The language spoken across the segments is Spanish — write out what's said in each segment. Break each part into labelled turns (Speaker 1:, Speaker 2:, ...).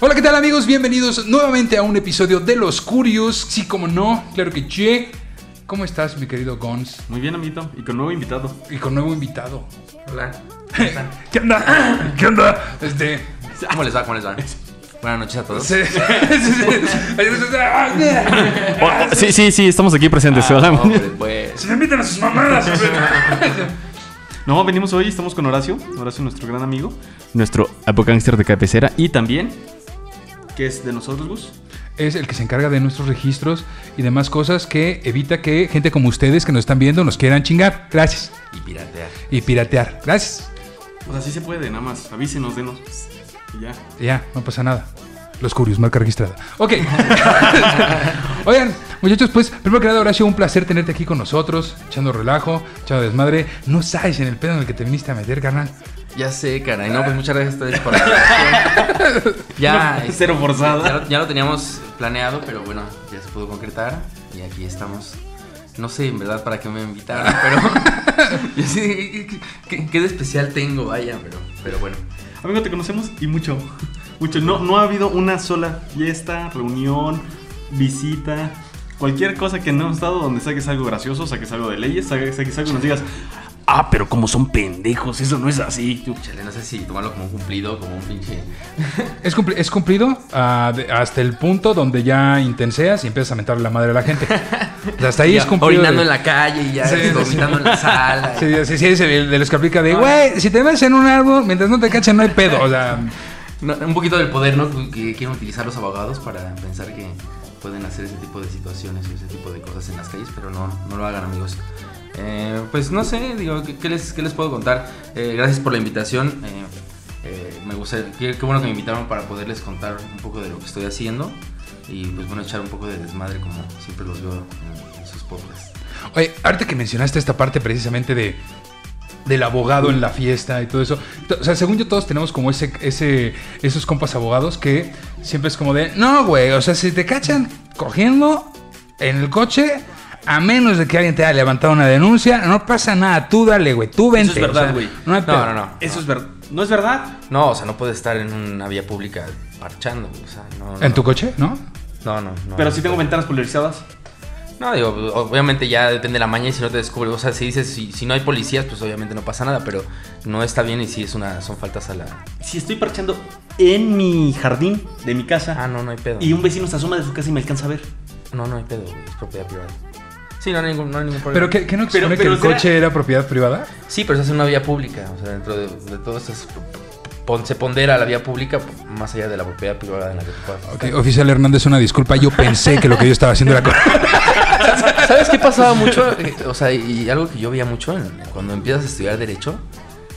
Speaker 1: Hola, ¿qué tal amigos? Bienvenidos nuevamente a un episodio de Los Curios. Sí, como no, claro que che. ¿Cómo estás, mi querido Gons?
Speaker 2: Muy bien, amiguito. Y con nuevo invitado.
Speaker 1: Y con nuevo invitado.
Speaker 3: Hola.
Speaker 1: ¿Qué onda? ¿Qué onda? Este.
Speaker 3: ¿Cómo les va? ¿Cómo les va? Buenas noches a todos.
Speaker 1: se- se
Speaker 2: sí, sí, sí, estamos aquí presentes. hola.
Speaker 3: No, Ah, hombre, pues,
Speaker 1: le invitan a sus mamadas.
Speaker 2: No, venimos hoy, estamos con Horacio. Horacio, nuestro gran amigo. Nuestro apocánster de cabecera. Y también, que es de nosotros, Gus.
Speaker 1: Es el que se encarga de nuestros registros y demás cosas que evita que gente como ustedes que nos están viendo nos quieran chingar. Gracias.
Speaker 3: y piratear.
Speaker 1: Y piratear. Gracias.
Speaker 2: Pues así se puede, nada más. Avísenos, denos. pues, y ya.
Speaker 1: Ya, no pasa nada. Los Curios, marca registrada. Ok. Oigan, muchachos, pues, primero que nada, Horacio, un placer tenerte aquí con nosotros, echando relajo, echando desmadre. No sabes en el pedo en el que te viniste a meter, carnal.
Speaker 3: Ya sé, caray. No, pues muchas gracias a ustedes por la invitación. Ya, este,
Speaker 2: Cero
Speaker 3: ya,
Speaker 2: forzada.
Speaker 3: lo- ya lo teníamos planeado, pero bueno, ya se pudo concretar. Y aquí estamos. No sé, en verdad, para qué me invitaron, pero. yo sí, ¿qué- qué- ¿qué, qué de especial tengo? Vaya, pero, pero bueno.
Speaker 2: Amigo, te conocemos y mucho. Mucho. No, no ha habido una sola fiesta, reunión, visita. Cualquier cosa que no hemos estado donde saques algo gracioso, saques algo de leyes, saques, saques algo y nos digas, ah, pero como son pendejos, eso no es así. Tú,
Speaker 3: Chale, no sé si tomarlo como un cumplido, como un pinche.
Speaker 1: Es, cumpli- es cumplido ah, de- hasta el punto donde ya intenseas y empiezas a mentarle la madre a la gente. O sea, hasta ahí
Speaker 3: Ya,
Speaker 1: es cumplido.
Speaker 3: orinando
Speaker 1: de-
Speaker 3: en la calle y ya
Speaker 1: Sí, sí, sí.
Speaker 3: vomitando en la sala.
Speaker 1: Sí, sí, sí, es el de los que aplica de, güey, si te metes en un árbol, mientras no te cachen, no hay pedo. O sea,
Speaker 3: No, un poquito del poder, ¿no? Que- Que quieren utilizar los abogados para pensar que pueden hacer ese tipo de situaciones y ese tipo de cosas en las calles, pero no, no lo hagan, amigos. Eh, pues no sé, digo, ¿qué, qué les, qué les puedo contar? Eh, gracias por la invitación. eh, eh, me gusta, qué, qué bueno que me invitaron para poderles contar un poco de lo que estoy haciendo y pues bueno, echar un poco de desmadre como siempre los veo en, en sus podcasts.
Speaker 1: Oye, ahorita que mencionaste esta parte precisamente de del abogado en la fiesta y todo eso. T- O sea, según yo todos tenemos como ese, ese, esos compas abogados que siempre es como de, no, güey, o sea, si te cachan cogiendo en el coche, a menos de que alguien te haya levantado una denuncia, no pasa nada, tú dale, güey, tú vente. o
Speaker 3: verdad,
Speaker 1: sea,
Speaker 3: güey.
Speaker 1: no, hay
Speaker 3: No,
Speaker 1: pedo.
Speaker 3: no, no.
Speaker 2: Eso es verdad. ¿No es verdad?
Speaker 3: No, o sea, no puedes estar en una vía pública parchando, o sea, no. no.
Speaker 1: ¿En tu coche? ¿No?
Speaker 3: No, no, no.
Speaker 2: Pero si tengo ventanas polarizadas.
Speaker 3: No, digo, obviamente ya depende de la maña y si no te descubre. O sea, si dices, si, si no hay policías, pues obviamente no pasa nada, pero no está bien y si es una, son faltas a la.
Speaker 2: Si estoy parchando en mi jardín de mi casa
Speaker 3: Ah, no, no hay pedo.
Speaker 2: y un vecino se asoma de su casa y me alcanza a ver.
Speaker 3: No, no hay pedo, güey, es propiedad privada. Sí, no, no hay ningún, no hay ningún problema.
Speaker 1: ¿Pero que, que no
Speaker 2: Pero-
Speaker 1: expone
Speaker 2: pero
Speaker 1: que el
Speaker 2: será-
Speaker 1: coche era propiedad privada?
Speaker 3: Sí, pero se hace en una vía pública. O sea, dentro de, de todo esto es- pon- se pondera la vía pública pues, más allá de la propiedad privada en la que tú puedas.
Speaker 1: Ok, oficial Hernández, una disculpa, yo pensé que lo que yo estaba haciendo era... co-
Speaker 3: ¿Sabes qué pasaba mucho? Eh, O sea, y algo que yo veía mucho en- cuando empiezas a estudiar Derecho,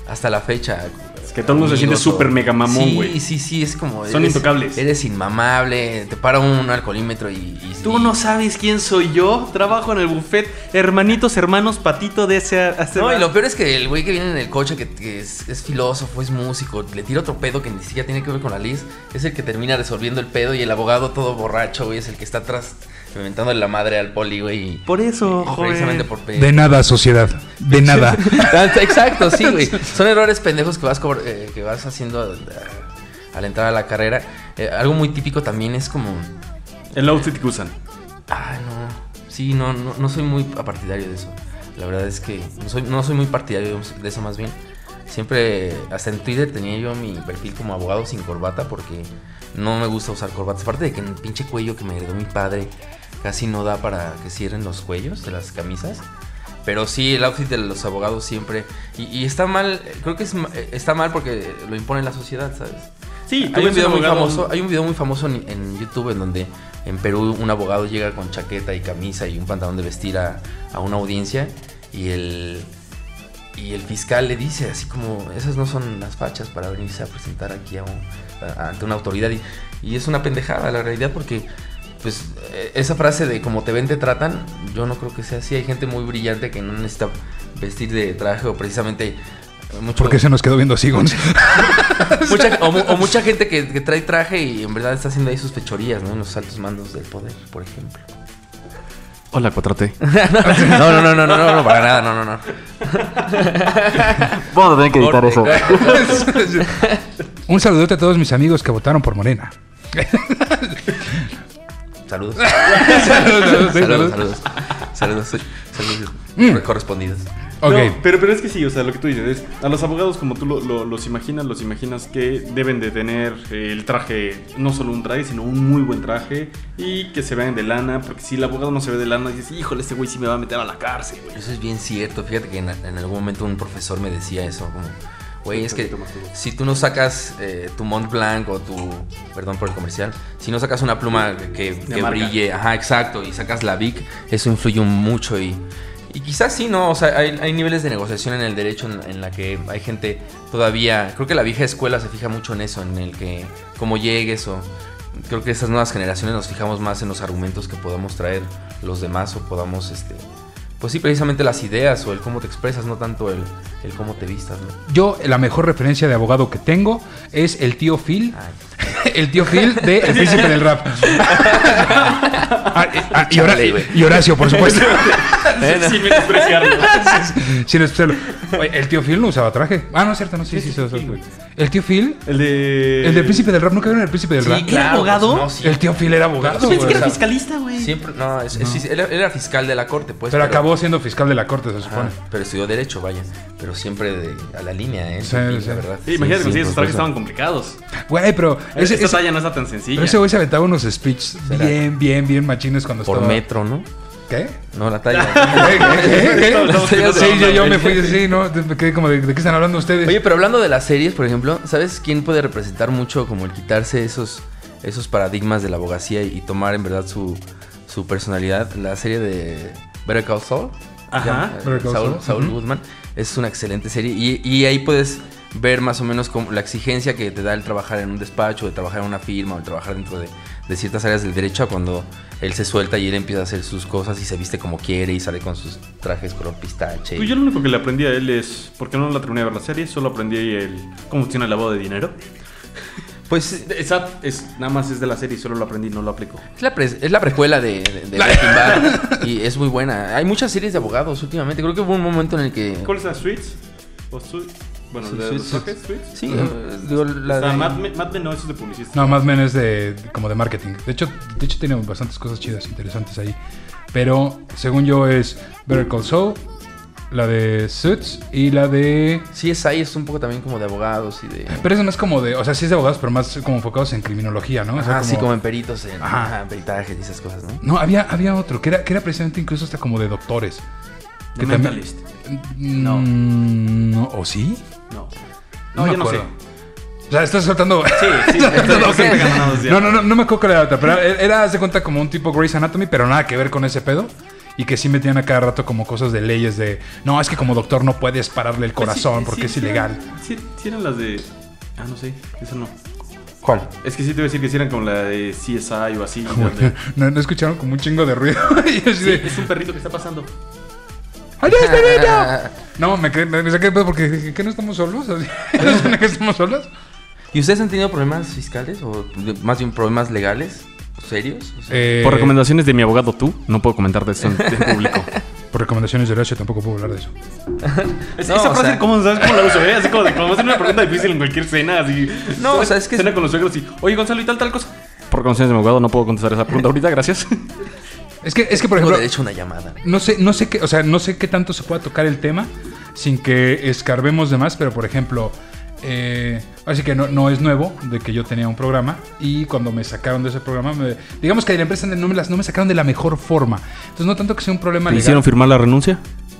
Speaker 3: hasta la fecha.
Speaker 2: Es que todo el mundo se siente
Speaker 3: amigos, o-
Speaker 2: súper mega mamón, güey.
Speaker 3: Sí, sí, sí, es como.
Speaker 2: Son intocables.
Speaker 3: Eres inmamable, te para un alcoholímetro y. y-
Speaker 2: Tú no sabes quién soy yo. Trabajo en el buffet. Hermanitos, hermanos, patito de ese. ese-
Speaker 3: No, y lo peor es que el güey que viene en el coche, que, que es, es filósofo, es músico, le tira otro pedo que ni siquiera tiene que ver con la Liz, es el que termina resolviendo el pedo y el abogado todo borracho, güey, es el que está atrás inventándole la madre al poli, güey. y-
Speaker 2: Por eso,
Speaker 3: y
Speaker 2: joven.
Speaker 3: Precisamente por Ah,
Speaker 1: De nada, sociedad, de nada.
Speaker 3: Exacto, sí, güey. Son errores pendejos que vas, cobr- eh, que vas haciendo al, al entrar a la carrera. Eh, algo muy típico también es como.
Speaker 2: El outfit que usan.
Speaker 3: Ah, no. Sí, no, no, no soy muy partidario de eso. La verdad es que no soy, no soy muy partidario de eso, más bien. Siempre, hasta en Twitter tenía yo mi perfil como abogado sin corbata porque no me gusta usar corbatas. Aparte de que el pinche cuello que me heredó mi padre casi no da para que cierren los cuellos de las camisas. Pero sí, el outfit de los abogados siempre. Y, y está mal, creo que es ma- eh, está mal porque lo impone la sociedad, ¿sabes?
Speaker 2: Sí, tú
Speaker 3: hay un
Speaker 2: ves
Speaker 3: video muy
Speaker 2: abogado-
Speaker 3: famoso, hay un video muy famoso en, en YouTube en donde en Perú un abogado llega con chaqueta y camisa y un pantalón de vestir a, a una audiencia y el y el fiscal le dice así como esas no son las fachas para venirse a presentar aquí a un- a- ante una autoridad y, y es una pendejada la realidad porque pues eh, esa frase de como te ven te tratan yo no creo que sea así hay gente muy brillante que no necesita vestir de traje o precisamente mucho-
Speaker 1: Porque se nos quedó viendo así, Gonz?
Speaker 3: mucha- o, mu- o mucha gente que, que trae traje y en verdad está haciendo ahí sus fechorías, ¿no? En los altos mandos del poder, por ejemplo.
Speaker 4: Hola, 4T.
Speaker 3: No, no, no, no, no, no, no, para nada, no, no, no.
Speaker 2: Vamos a tener que editar eso.
Speaker 1: Un saludote a todos mis amigos que votaron por Morena.
Speaker 3: Saludos.
Speaker 1: Saludos,
Speaker 3: Saludos,
Speaker 1: saludos.
Speaker 3: saludos. Saludos, sí, saludos
Speaker 1: Mm.
Speaker 3: correspondidos.
Speaker 1: Ok.
Speaker 2: No, pero, pero es que sí, o sea, lo que tú dices es, a los abogados como tú lo- lo- los imaginas, los imaginas que deben de tener eh, el traje, no solo un traje, sino un muy buen traje y que se vean de lana, porque si el abogado no se ve de lana, dices, híjole, este güey sí me va a meter a la cárcel, güey.
Speaker 3: Eso es bien cierto. Fíjate que en, en algún momento un profesor me decía eso, como, güey, es que si tú no sacas eh, tu Mont Blanc o tu, perdón por el comercial, si no sacas una pluma que, que
Speaker 2: marca.
Speaker 3: brille, ajá, exacto, y sacas la Vic, eso influye mucho y... Y quizás sí, ¿no? O sea, hay, hay niveles de negociación en el derecho en, en la que hay gente todavía... Creo que la vieja escuela se fija mucho en eso, en el que cómo llegues o... Creo que estas nuevas generaciones nos fijamos más en los argumentos que podamos traer los demás o podamos, este... Pues sí, precisamente las ideas o el cómo te expresas, no tanto el, el cómo te vistas, ¿no?
Speaker 1: Yo, la mejor referencia de abogado que tengo es el tío Phil.
Speaker 3: Ay.
Speaker 1: El tío Phil de El Príncipe del Rap. Ah, eh, ah, y, Hora-
Speaker 3: Chale, güey.
Speaker 1: y Horacio, por supuesto.
Speaker 3: Bueno.
Speaker 2: Sin menospreciarlo.
Speaker 1: Sin especial- Oye, El tío Phil no usaba traje. Ah, no, es cierto, no, sí, sí, sí, sí, sí. El tío Phil,
Speaker 2: El de...
Speaker 1: el del Príncipe del Rap, ¿nunca vieron el Príncipe del
Speaker 3: Sí,
Speaker 1: Rap?
Speaker 3: claro,
Speaker 4: abogado?
Speaker 3: pues, no, sí.
Speaker 1: El tío Phil era abogado.
Speaker 3: Yo pensé que
Speaker 1: güey.
Speaker 3: era fiscal.
Speaker 4: fiscalista, güey.
Speaker 3: Siempre, no, es- es- él, él era fiscal de la corte, pues.
Speaker 1: Pero acabó pues, siendo fiscal de la corte, se supone.
Speaker 3: Ajá, pero estudió derecho, vaya. Pero siempre de- a la línea, ¿eh?
Speaker 1: Sí, sí.
Speaker 3: La verdad.
Speaker 2: Sí, imagínate, que
Speaker 3: Sí, sí, pues,
Speaker 2: sí, esos
Speaker 3: por
Speaker 2: trajes
Speaker 3: supuesto.
Speaker 2: estaban complicados.
Speaker 1: Güey, pero ese,
Speaker 2: Esta
Speaker 1: ese-
Speaker 2: talla no está tan sencilla.
Speaker 1: pero ese güey se aventaba unos speeches
Speaker 3: Será.
Speaker 1: bien, bien, bien machines cuando
Speaker 3: Por
Speaker 1: estaba.
Speaker 3: metro, ¿no?
Speaker 1: ¿Qué?
Speaker 3: No, la talla.
Speaker 1: ¿Qué? ¿Qué? ¿Qué?
Speaker 2: Estamos- estamos
Speaker 1: Sí,
Speaker 2: tirando
Speaker 1: sí,
Speaker 2: onda,
Speaker 1: yo, yo
Speaker 2: güey.
Speaker 1: me fui así, ¿no? Me quedé como de, ¿de qué están hablando ustedes.
Speaker 3: Oye, pero hablando de las series, por ejemplo, ¿sabes quién puede representar mucho como el quitarse esos, esos paradigmas de la abogacía y tomar en verdad su, su personalidad? La serie de Better Call Saul.
Speaker 2: Ajá,
Speaker 3: eh,
Speaker 1: Better Call
Speaker 3: Saul,
Speaker 1: Saul,
Speaker 3: Saul
Speaker 1: ujú.
Speaker 3: Goodman. Es una excelente serie y, y ahí puedes ver más o menos como la exigencia que te da el trabajar en un despacho, de trabajar en una firma o el trabajar dentro de, de ciertas áreas del derecho cuando él se suelta y él empieza a hacer sus cosas y se viste como quiere y sale con sus trajes color
Speaker 1: Eh,
Speaker 3: pistache.
Speaker 2: Pues yo lo único que le aprendí a él es, porque no la terminé de ver la serie, solo aprendí el cómo funciona el lavado de dinero.
Speaker 3: Pues
Speaker 2: Esa es, nada más es de la serie, solo lo aprendí, no lo aplico.
Speaker 3: Es la, pre- es la precuela de, de- de Breaking Bad y es muy buena. Hay muchas series de abogados últimamente. Creo que hubo un momento en el que...
Speaker 2: ¿Cuál es la Suits? ¿O Suits? Bueno,
Speaker 3: Su-
Speaker 2: de
Speaker 3: Suits,
Speaker 2: los trajes,
Speaker 3: Suits.
Speaker 2: Suits.
Speaker 3: Sí, eh, digo, la
Speaker 2: O sea,
Speaker 3: de-
Speaker 2: Mad Men, Mad Men no, eso es de publicista.
Speaker 1: No, más o menos de, como de marketing. De hecho, de hecho tiene bastantes cosas chidas, interesantes ahí. Pero según yo es Better Call Saul, la de Suits y la de...
Speaker 3: Sí, es ahí, es un poco también como de abogados y de...
Speaker 1: Pero eso no es como de... O sea, sí es de abogados, pero más como enfocados en criminología, ¿no? O sea,
Speaker 3: Ajá, Ah, sí, como en peritos, en,
Speaker 1: Ajá.
Speaker 3: ajá, en peritajes y esas cosas, ¿no?
Speaker 1: No, había, había otro, que era, que era precisamente incluso hasta como de doctores.
Speaker 2: The
Speaker 1: también-
Speaker 2: Mentalist.
Speaker 1: No. Mm, no. ¿O sí?
Speaker 2: No.
Speaker 1: No
Speaker 2: No,
Speaker 1: me
Speaker 2: yo no sé.
Speaker 1: acuerdo. O sea, estás soltando...
Speaker 2: Sí, sí,
Speaker 1: No,
Speaker 2: estoy-
Speaker 1: ok.
Speaker 2: estoy ganando dos días.
Speaker 1: No, no, no, no me acuerdo cuál era la otra, pero era, era, haz de cuenta, como un tipo Grey's Anatomy, pero nada que ver con ese pedo. Y que sí metían a cada rato como cosas de leyes de, no, es que como doctor no puedes pararle el
Speaker 2: Pues sí,
Speaker 1: corazón
Speaker 2: sí,
Speaker 1: porque es
Speaker 2: sí
Speaker 1: ilegal.
Speaker 2: eran- Sí, sí eran las de. Ah, no sé, esa no.
Speaker 3: ¿Cuál?
Speaker 2: Es que sí te voy a decir que sí eran como la de CSI o así.
Speaker 1: Güey,
Speaker 2: donde-
Speaker 1: No, no escucharon como un chingo de ruido. Y así
Speaker 2: Sí,
Speaker 1: de,
Speaker 2: es un perrito que está pasando.
Speaker 1: ¡Adiós,
Speaker 2: Este
Speaker 1: niño! No, me, quedé- me saqué de pedo porque dije, ¿qué no estamos solos? Así, ¿No suena que estamos solos?
Speaker 3: ¿Y ustedes han tenido problemas fiscales o de- más bien problemas legales? ¿Serios? O sea,
Speaker 1: Eh,
Speaker 2: Por recomendaciones de mi abogado, tú, no puedo comentar de eso en, en público.
Speaker 1: Por recomendaciones de Horacio tampoco puedo hablar de eso.
Speaker 2: Es-
Speaker 3: No,
Speaker 2: esa
Speaker 3: o
Speaker 2: frase,
Speaker 3: sea-
Speaker 2: ¿cómo sabes cómo la uso? eh? Así como de como hacer una pregunta difícil en cualquier cena, así.
Speaker 3: No, o sea, es que-
Speaker 2: Cena con los suegros y, oye, Gonzalo, ¿y tal, tal cosa? Por conocimiento de mi abogado, no puedo contestar esa pregunta ahorita, gracias.
Speaker 1: Es que, es que por
Speaker 3: tengo
Speaker 1: ejemplo,
Speaker 3: derecho a una llamada.
Speaker 1: No sé, no sé qué, o sea, no sé qué tanto se pueda tocar el tema sin que escarbemos de más, pero por ejemplo, eh, así que no, no es nuevo de que yo tenía un programa y cuando me sacaron de ese programa, me- digamos que de la empresa no me, las, no me sacaron de la mejor forma. Entonces no tanto que sea un problema
Speaker 2: ¿Te
Speaker 1: legal.
Speaker 2: hicieron firmar la renuncia?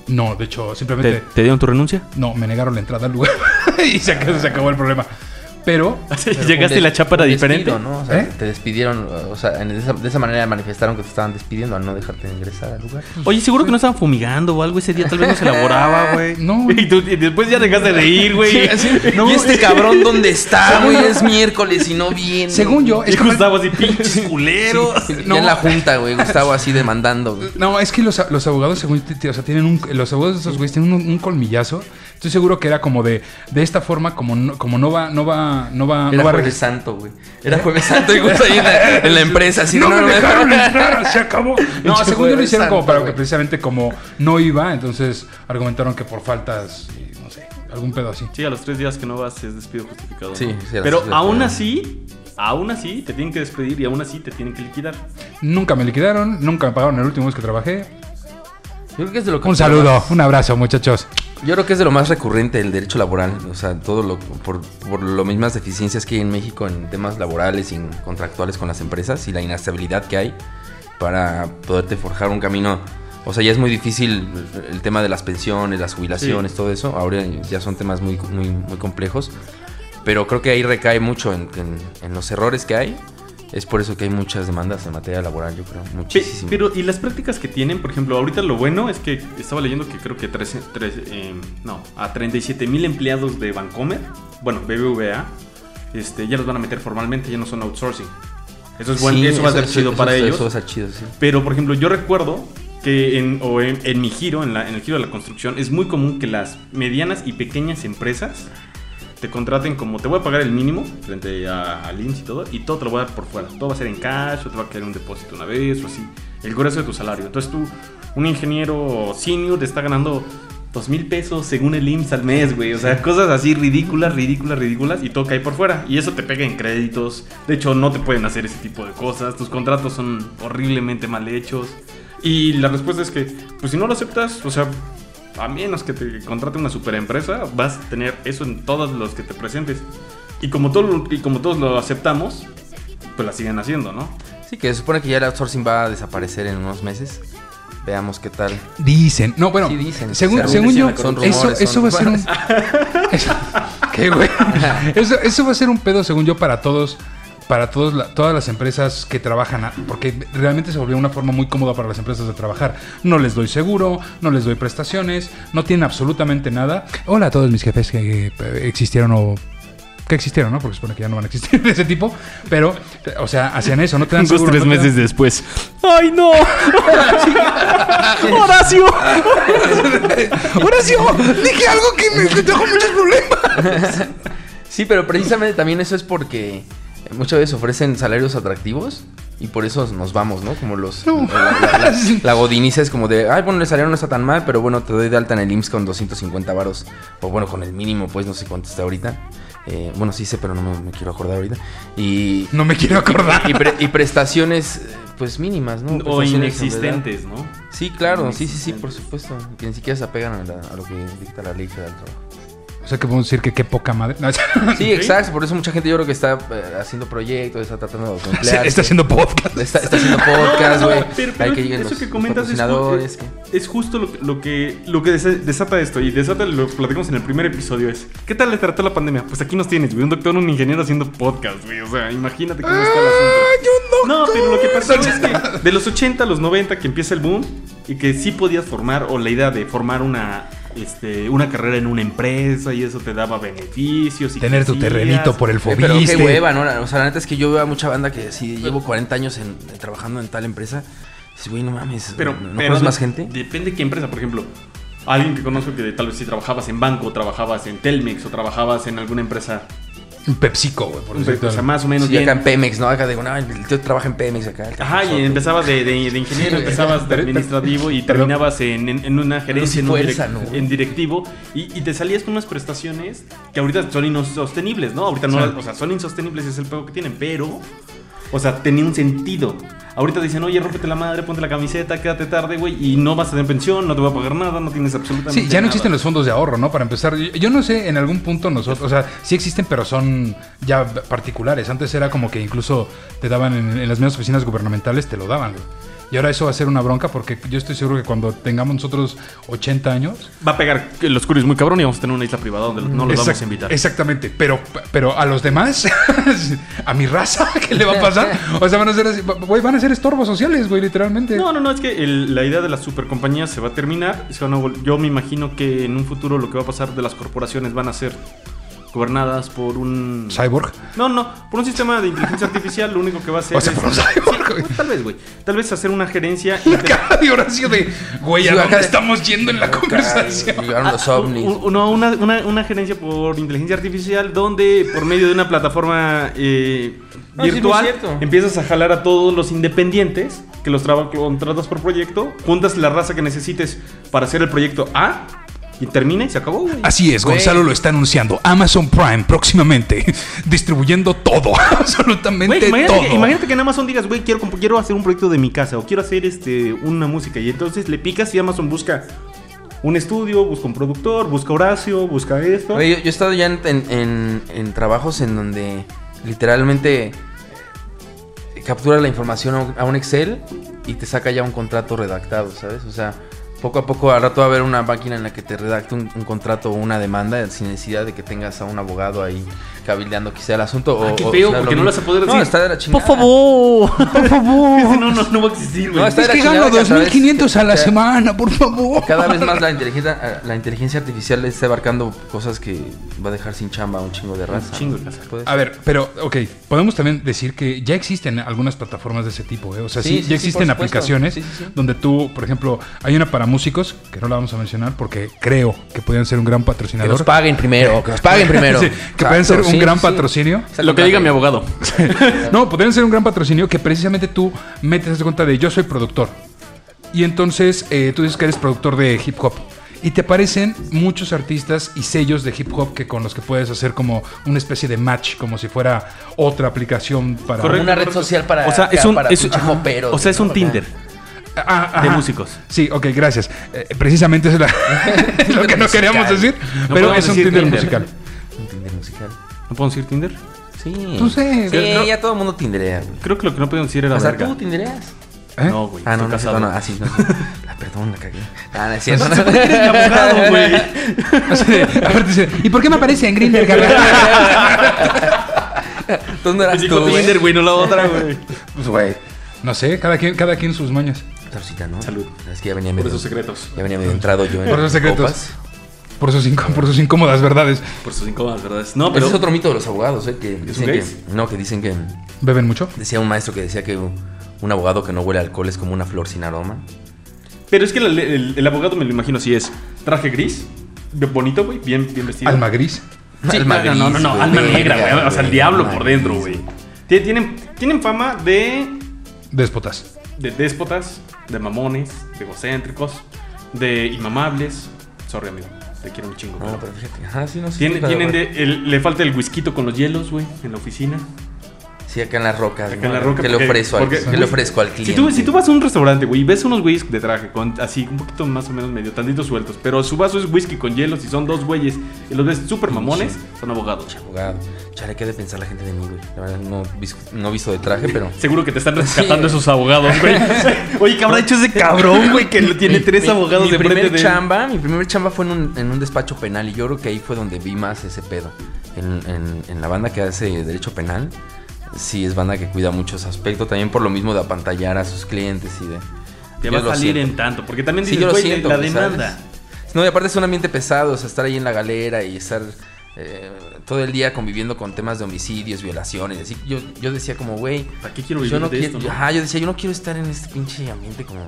Speaker 1: No, de hecho,
Speaker 2: ¿Te,
Speaker 1: simplemente
Speaker 2: te dieron tu renuncia?
Speaker 1: no, me negaron la entrada al lugar y se, ac- se acabó el problema. Pero
Speaker 2: Llegaste y la chapa era
Speaker 3: Un
Speaker 2: diferente.
Speaker 3: despido, ¿no? O sea,
Speaker 1: ¿Eh?
Speaker 3: te despidieron, o sea, en- de esa, de esa manera manifestaron que te estaban despidiendo al no dejarte ingresar al lugar.
Speaker 2: Oye, seguro que no estaban fumigando o algo ese día, tal vez no se elaboraba, güey.
Speaker 1: No.
Speaker 2: Y, tú- y después ya dejaste de ir, güey.
Speaker 3: ¿Y este cabrón dónde está, güey? Es miércoles y no viene.
Speaker 1: según yo,
Speaker 2: Y
Speaker 1: es que-
Speaker 2: Gustavo así, pinches culeros.
Speaker 3: Ya
Speaker 1: No.
Speaker 3: en la junta, güey, Gustavo así demandando. güey.
Speaker 1: No, es que los, los abogados, según, ti- ti- o sea, tienen un, los abogados de esos güeyes tienen un, un colmillazo Estoy seguro que era como de, de esta forma, como no, como no va, no va, no va,
Speaker 3: Era
Speaker 1: no va a
Speaker 3: jueves santo, güey. Era jueves santo y justo ahí en la, en la empresa. Así,
Speaker 1: no, me
Speaker 3: me-
Speaker 1: dejaron entrar, se acabó. No,
Speaker 3: Pinche
Speaker 1: según yo lo
Speaker 3: jueves
Speaker 1: hicieron como
Speaker 3: santo,
Speaker 1: para que
Speaker 3: güey.
Speaker 1: precisamente como no iba, entonces argumentaron que por faltas, y no sé, algún pedo así.
Speaker 2: Sí, a los tres días que no vas es despido justificado. ¿no?
Speaker 3: Sí, sí, a las
Speaker 2: Pero
Speaker 3: tres
Speaker 2: aún
Speaker 3: días.
Speaker 2: así, aún así te tienen que despedir y aún así te tienen que liquidar.
Speaker 1: Nunca me liquidaron, nunca me pagaron el último mes que trabajé.
Speaker 3: Yo creo que es de lo que-
Speaker 1: Un saludo, un abrazo, muchachos.
Speaker 3: Yo creo que es de lo más recurrente el derecho laboral, o sea, todo lo por, por lo mismas deficiencias que hay en México en temas laborales y en contractuales con las empresas y la inestabilidad que hay para poderte forjar un camino. O sea, ya es muy difícil el tema de las pensiones, las jubilaciones, todo eso. Ahora ya son temas muy, muy, muy complejos. Pero creo que ahí recae mucho en, en- en los errores que hay. Es por eso que hay muchas demandas en materia laboral, yo creo.
Speaker 2: Pe-
Speaker 3: Muchísimas.
Speaker 2: Pero, ¿y las prácticas que tienen? Por ejemplo, ahorita lo bueno es que estaba leyendo que creo que trece- trece- eh, no, a 37 mil empleados de Bancomer, bueno, BBVA, este, ya los van a meter formalmente, ya no son outsourcing. Eso es bueno,
Speaker 3: Sí,
Speaker 2: eso, va a ser chido
Speaker 3: eso-
Speaker 2: para
Speaker 3: eso-
Speaker 2: ellos.
Speaker 3: Eso va a ser chido, sí.
Speaker 2: Pero, por ejemplo, yo recuerdo que en, o en, en mi giro, en, la- en el giro de la construcción, es muy común que las medianas y pequeñas empresas te contraten como te voy a pagar el mínimo frente a, al IMSS y todo, y todo te lo voy a dar por fuera. Todo va a ser en cash, o te va a quedar un depósito una vez, o así. El grueso de tu salario. Entonces tú, un ingeniero senior, te está ganando dos mil pesos según el IMSS al mes, güey. O sea, cosas así ridículas, ridículas, ridículas, y todo cae por fuera. Y eso te pega en créditos. De hecho, no te pueden hacer ese tipo de cosas. Tus contratos son horriblemente mal hechos. Y la respuesta es que, pues si no lo aceptas, o sea, a menos que te contrate una superempresa, vas a tener eso en todos los que te presentes. Y como, todo, lo- y como todos lo aceptamos, pues la siguen haciendo, ¿no?
Speaker 3: Sí, que se supone que ya el outsourcing va a desaparecer en unos meses. Veamos qué tal.
Speaker 1: Dicen, no, bueno,
Speaker 3: Sí, dicen.
Speaker 1: según,
Speaker 3: Según
Speaker 1: según
Speaker 2: decían
Speaker 1: yo,
Speaker 2: la corrupción.
Speaker 1: eso,
Speaker 3: Son rumores,
Speaker 1: eso va a ser un...
Speaker 3: son
Speaker 1: Eso- ¿Qué, güey? Eso, eso va a ser un pedo, según yo, para todos, para todos la- todas las empresas que trabajan, a- porque realmente se volvió una forma muy cómoda para las empresas de trabajar. No les doy seguro, no les doy prestaciones, no tienen absolutamente nada. Hola a todos mis jefes que eh, existieron o... Que existieron, ¿no? Porque supone que ya no van a existir de ese tipo. Pero, o sea, hacían eso, no te dan seguro. no te dan-
Speaker 4: después. ¡Ay, no! ¡Horacio! ¡Horacio! ¡Dije algo que me trajo muchos problemas!
Speaker 3: Sí, pero precisamente también eso es porque muchas veces ofrecen salarios atractivos y por eso nos vamos, ¿no? Como los... La, la- la- la godiniza es como de, ay, bueno, el salario no está tan mal, pero bueno, te doy de alta en el IMSS con 250 varos. O bueno, con el mínimo, pues no sé cuánto está ahorita. Eh, bueno, sí sé, pero no me, me quiero acordar ahorita. Y,
Speaker 1: No me quiero acordar.
Speaker 3: y, pre- y prestaciones, eh, pues mínimas, ¿no?
Speaker 2: O
Speaker 3: Prestaciones, en verdad.
Speaker 2: inexistentes, ¿no?
Speaker 3: Sí, claro, sí, sí, sí, por supuesto. Que ni siquiera se apegan a, la- a lo que dicta la ley federal del trabajo.
Speaker 1: O sea, que podemos decir que qué poca madre. No,
Speaker 3: Sí, exacto, por eso mucha gente yo creo que está eh, haciendo proyectos, está tratando de
Speaker 1: se-
Speaker 3: autoemplearse.
Speaker 1: está haciendo podcast.
Speaker 3: Está, está haciendo podcast,
Speaker 2: No,
Speaker 3: güey.
Speaker 2: pero-
Speaker 3: Hay
Speaker 2: pero
Speaker 3: que lleguen
Speaker 2: eso
Speaker 3: los
Speaker 2: que comentas es,
Speaker 3: patrocinadores,
Speaker 2: ju-
Speaker 3: que-
Speaker 2: es justo lo, que- lo que lo que desa- desata esto y desata lo que platicamos en el primer episodio es ¿qué tal le trató la pandemia? Pues aquí nos tienes, güey, un doctor, un ingeniero haciendo podcast, güey, o sea, imagínate cómo está el
Speaker 1: ¡Ah,
Speaker 2: asunto. No, pero lo que pasó es que de los 80 a los 90 que empieza el boom y que sí podías formar o la idea de formar una este, una carrera en una empresa y eso te daba beneficios y
Speaker 1: Tener tu
Speaker 2: crecías.
Speaker 1: terrenito por el
Speaker 3: Eh, Pero qué
Speaker 1: fobiste.
Speaker 3: hueva, ¿no? O sea, la neta es que yo veo a mucha banda que si llevo 40 años en- trabajando en tal empresa, dices, güey, no mames,
Speaker 2: Pero,
Speaker 3: ¿no
Speaker 2: pero
Speaker 3: conoces
Speaker 2: de-
Speaker 3: más gente?
Speaker 2: Depende de qué empresa, por ejemplo. Alguien que conozco que tal vez si trabajabas en banco, o trabajabas en Telmex, o trabajabas en alguna empresa,
Speaker 1: Un PepsiCo, güey, por decirte
Speaker 2: o sea,
Speaker 1: algo.
Speaker 2: más o menos
Speaker 3: Sí,
Speaker 2: bien.
Speaker 3: acá en Pemex, ¿no? Acá digo, no, el tío trabaja en Pemex acá. el
Speaker 2: Ajá, y
Speaker 3: cabezote.
Speaker 2: empezabas de, de- de ingeniero, empezabas de administrativo y
Speaker 1: Perdón.
Speaker 2: terminabas en, en- en una gerencia, en, un
Speaker 3: fuerza,
Speaker 2: direc-
Speaker 3: ¿no?
Speaker 2: en directivo, y, y te salías con unas prestaciones que ahorita son insostenibles, ¿no? Ahorita no,
Speaker 1: Sí.
Speaker 2: o sea, son insostenibles, es el pego que tienen, pero, o sea, tenía un sentido. Ahorita te dicen, oye, rómpete la madre, ponte la camiseta, quédate tarde, güey, y no vas a tener pensión, no te voy a pagar nada, no tienes absolutamente
Speaker 1: Sí, ya no existen
Speaker 2: nada.
Speaker 1: los fondos de ahorro, ¿no? Para empezar, yo, yo no sé, en algún punto nosotros, o sea, sí existen, pero son ya particulares. Antes era como que incluso te daban en, en las mismas oficinas gubernamentales, te lo daban, güey. Y ahora eso va a ser una bronca porque yo estoy seguro que cuando tengamos nosotros 80 años...
Speaker 2: Va a pegar el oscuro es muy cabrón y vamos a tener una isla privada donde no los vamos
Speaker 1: Exact-
Speaker 2: a invitar.
Speaker 1: Exactamente, pero, pero a los demás, a mi raza, ¿qué le va a pasar? O sea, van a ser, así- güey, van a ser estorbos sociales, güey, literalmente.
Speaker 2: No, no, no, es que el- la idea de las supercompañías se va a terminar. Se van a vol- yo me imagino que en un futuro lo que va a pasar de las corporaciones van a ser gobernadas por un...
Speaker 1: Cyborg.
Speaker 2: No, no, por un sistema de inteligencia artificial lo único que va a hacer
Speaker 1: O sea,
Speaker 2: es-
Speaker 1: por un cyborg, güey.
Speaker 2: Tal vez, güey. Tal vez hacer una gerencia...
Speaker 1: La cara de Horacio de, güey, ¿a
Speaker 3: Sí,
Speaker 1: dónde
Speaker 3: acá-
Speaker 1: estamos yendo en la conversación?
Speaker 3: Llegaron los ovnis.
Speaker 2: Ah, Un- un- no, una, una- una gerencia por inteligencia artificial donde por medio de una plataforma eh,
Speaker 3: Ah, sí,
Speaker 2: virtual
Speaker 3: muy cierto.
Speaker 2: empiezas a jalar a todos los independientes que los traba- contratas por proyecto, juntas la raza que necesites para hacer el proyecto A y termina y se acabó. güey.
Speaker 1: Así es,
Speaker 3: Güey.
Speaker 1: Gonzalo lo está anunciando. Amazon Prime próximamente. Distribuyendo todo. Absolutamente
Speaker 2: Güey, imagínate,
Speaker 1: todo.
Speaker 2: que, imagínate que en Amazon digas, güey, quiero, comp- quiero hacer un proyecto de mi casa o quiero hacer este, una música. Y entonces le picas y Amazon busca un estudio, busca un productor, busca Horacio, busca esto.
Speaker 3: Güey, yo, yo he estado ya en, en- en- en trabajos en donde literalmente eh, captura la información a un, a un Excel y te saca ya un contrato redactado, ¿sabes? O sea, poco a poco al rato va a haber una máquina en la que te redacte un, un contrato o una demanda sin necesidad de que tengas a un abogado ahí cabildeando quizá el asunto. o,
Speaker 2: Ah, qué
Speaker 3: o
Speaker 2: feo,
Speaker 3: sea,
Speaker 2: porque no
Speaker 3: mismo.
Speaker 2: lo vas a poder
Speaker 3: No,
Speaker 2: decir.
Speaker 3: está de la chingada.
Speaker 4: favor. Por favor.
Speaker 2: no, no, no va a existir, güey.
Speaker 3: No, está-
Speaker 1: Es que
Speaker 3: Espera,
Speaker 1: gano
Speaker 3: chingada, que a través-
Speaker 1: 2.500 a la
Speaker 3: que-
Speaker 1: semana, por favor.
Speaker 3: Cada vez más la inteligencia, eh, la inteligencia artificial está abarcando cosas que va a dejar sin chamba a un chingo de raza.
Speaker 2: chingo de raza. Ah,
Speaker 3: Puede
Speaker 1: A ver, pero, ok, podemos también decir que ya existen algunas plataformas de ese tipo, ¿eh? O sea, sí,
Speaker 3: Sí, sí,
Speaker 1: ya
Speaker 3: sí,
Speaker 1: existen
Speaker 3: por supuesto.
Speaker 1: aplicaciones
Speaker 3: Sí, sí, sí.
Speaker 1: donde tú, por ejemplo, hay una para músicos, que no la vamos a mencionar porque creo que podrían ser un gran
Speaker 3: Que
Speaker 1: patrocinador.
Speaker 3: nos paguen primero, que nos paguen primero.
Speaker 1: Sí, que pueden ser un
Speaker 3: Patrocinio,
Speaker 1: gran
Speaker 3: sí.
Speaker 1: patrocinio.
Speaker 3: Está
Speaker 2: Lo que diga mi
Speaker 3: contrario.
Speaker 2: abogado.
Speaker 1: No, podrían ser un gran patrocinio que precisamente tú metes de cuenta de yo soy productor. Y entonces eh, tú dices que eres productor de hip hop. Y te aparecen muchos artistas y sellos de hip hop que con los que puedes hacer como una especie de match, como si fuera otra aplicación para...
Speaker 3: Correcto. Una red social para-
Speaker 2: O sea, es un,
Speaker 3: para
Speaker 2: es,
Speaker 3: pinche
Speaker 2: ajá.
Speaker 3: joperos,
Speaker 2: o sea, es un
Speaker 3: ¿no?
Speaker 2: Tinder
Speaker 1: Ah,
Speaker 2: de
Speaker 1: ajá.
Speaker 2: músicos.
Speaker 1: Sí, ok, gracias. Eh, precisamente es, la- es lo que no queríamos decir,
Speaker 2: No
Speaker 1: pero
Speaker 2: podemos
Speaker 1: es un
Speaker 2: decir
Speaker 1: Tinder
Speaker 2: Tinder.
Speaker 1: musical.
Speaker 3: Un Tinder musical.
Speaker 2: ¿No podemos decir Tinder?
Speaker 3: Sí.
Speaker 1: Tú sé,
Speaker 3: Sí,
Speaker 1: no-
Speaker 3: ya todo el mundo tinderea, güey.
Speaker 2: Creo que lo que no podemos decir era
Speaker 3: Hasta
Speaker 2: verga.
Speaker 3: tú tindereas.
Speaker 1: ¿Eh?
Speaker 2: No, güey.
Speaker 3: Ah, no,
Speaker 2: estoy
Speaker 3: no,
Speaker 2: casado.
Speaker 3: no, no, así, no. La perdón, la cagué. Ah, no es cierto.
Speaker 2: Mi abogado, güey.
Speaker 1: Así de- aparte dice, ¿y por qué me aparece en Grindr, carnal?"
Speaker 3: Tú no
Speaker 2: Me
Speaker 3: eras
Speaker 2: dijo
Speaker 3: tú, güey.
Speaker 2: Tinder, güey, no la otra, güey.
Speaker 3: Pues, güey.
Speaker 1: No sé, cada quien, cada quien sus mañas.
Speaker 3: Saludcita, ¿no?
Speaker 2: Salud.
Speaker 3: Es que ya venía
Speaker 2: Por
Speaker 3: medio...
Speaker 2: sus secretos.
Speaker 3: Ya venía medio entrado yo en
Speaker 1: Por esos secretos.
Speaker 3: copas.
Speaker 1: Por sus, incó- por sus incómodas verdades.
Speaker 2: Por sus incómodas verdades. No,
Speaker 3: Ese
Speaker 2: pero.
Speaker 3: es otro mito de los abogados, ¿eh? Que dicen que...
Speaker 2: gays?
Speaker 3: No, que dicen que...
Speaker 1: ¿Beben mucho?
Speaker 3: Decía un maestro que decía que un abogado que no huele a alcohol es como una flor sin aroma.
Speaker 2: Pero es que la- el, el abogado me lo imagino así es. Traje gris, bonito, güey, bien, bien vestido.
Speaker 1: Alma gris.
Speaker 2: Sí,
Speaker 3: Alma
Speaker 2: no, no, no,
Speaker 3: gris,
Speaker 2: no,
Speaker 3: güey.
Speaker 2: alma negra, güey. O sea, el diablo
Speaker 3: Alma
Speaker 2: por dentro,
Speaker 3: gris,
Speaker 2: güey. Tie- Tienen, tienen fama de
Speaker 1: Déspotas.
Speaker 2: de déspotas, de mamones, de egocéntricos, de inmamables. Sorry, amigo, te quiero un chingo.
Speaker 3: No,
Speaker 2: pero-
Speaker 3: pero fíjate. Ajá, sí, no sí,
Speaker 2: Tiene-
Speaker 3: claro,
Speaker 2: tienen
Speaker 3: güey.
Speaker 2: de- el- le falta el whisky con los hielos, güey, en la oficina.
Speaker 3: Sí, acá en las rocas.
Speaker 2: Acá
Speaker 3: ¿no?
Speaker 2: en la roca.
Speaker 3: ¿Qué le
Speaker 2: porque-
Speaker 3: ofrezco, al,
Speaker 2: porque-
Speaker 3: ¿qué le ofrezco al cliente?
Speaker 2: Si tú, si tú vas a un restaurante, güey, y ves unos güeyes de traje, con, así un poquito más o menos medio, tantitos sueltos, pero su vaso es whisky con hielos y son dos güeyes y los ves súper mamones, son abogados.
Speaker 3: Abogado. Chale, ¿qué ha de pensar la gente de mí, güey? La verdad, no, vis- no visto de traje, pero...
Speaker 2: Seguro que te están rescatando esos abogados, güey. Oye, ¿qué habrá hecho ese cabrón, güey, que lo tiene tres abogados
Speaker 3: mi
Speaker 2: de frente
Speaker 3: primer
Speaker 2: de él?
Speaker 3: chamba, Mi primer chamba fue en un, en un despacho penal y yo creo que ahí fue donde vi más ese pedo. En, en- en la banda que hace derecho penal, sí es banda que cuida mucho ese aspecto. También por lo mismo de apantallar a sus clientes y de...
Speaker 2: Te
Speaker 3: Yo
Speaker 2: va a
Speaker 3: lo
Speaker 2: salir
Speaker 3: siento.
Speaker 2: en tanto, porque también
Speaker 3: Sí,
Speaker 2: dices,
Speaker 3: yo lo
Speaker 2: güey,
Speaker 3: siento.
Speaker 2: la
Speaker 3: güey,
Speaker 2: demanda.
Speaker 3: ¿sabes? No, y aparte es un ambiente pesado, o sea, estar ahí en la galera y estar eh, todo el día conviviendo con temas de homicidios, violaciones. Así, yo, yo decía como, güey,
Speaker 2: ¿Para qué quiero vivir
Speaker 3: yo no
Speaker 2: de
Speaker 3: quiero...
Speaker 2: esto, no?
Speaker 3: Ajá, yo decía, yo no quiero estar en este pinche ambiente como... de-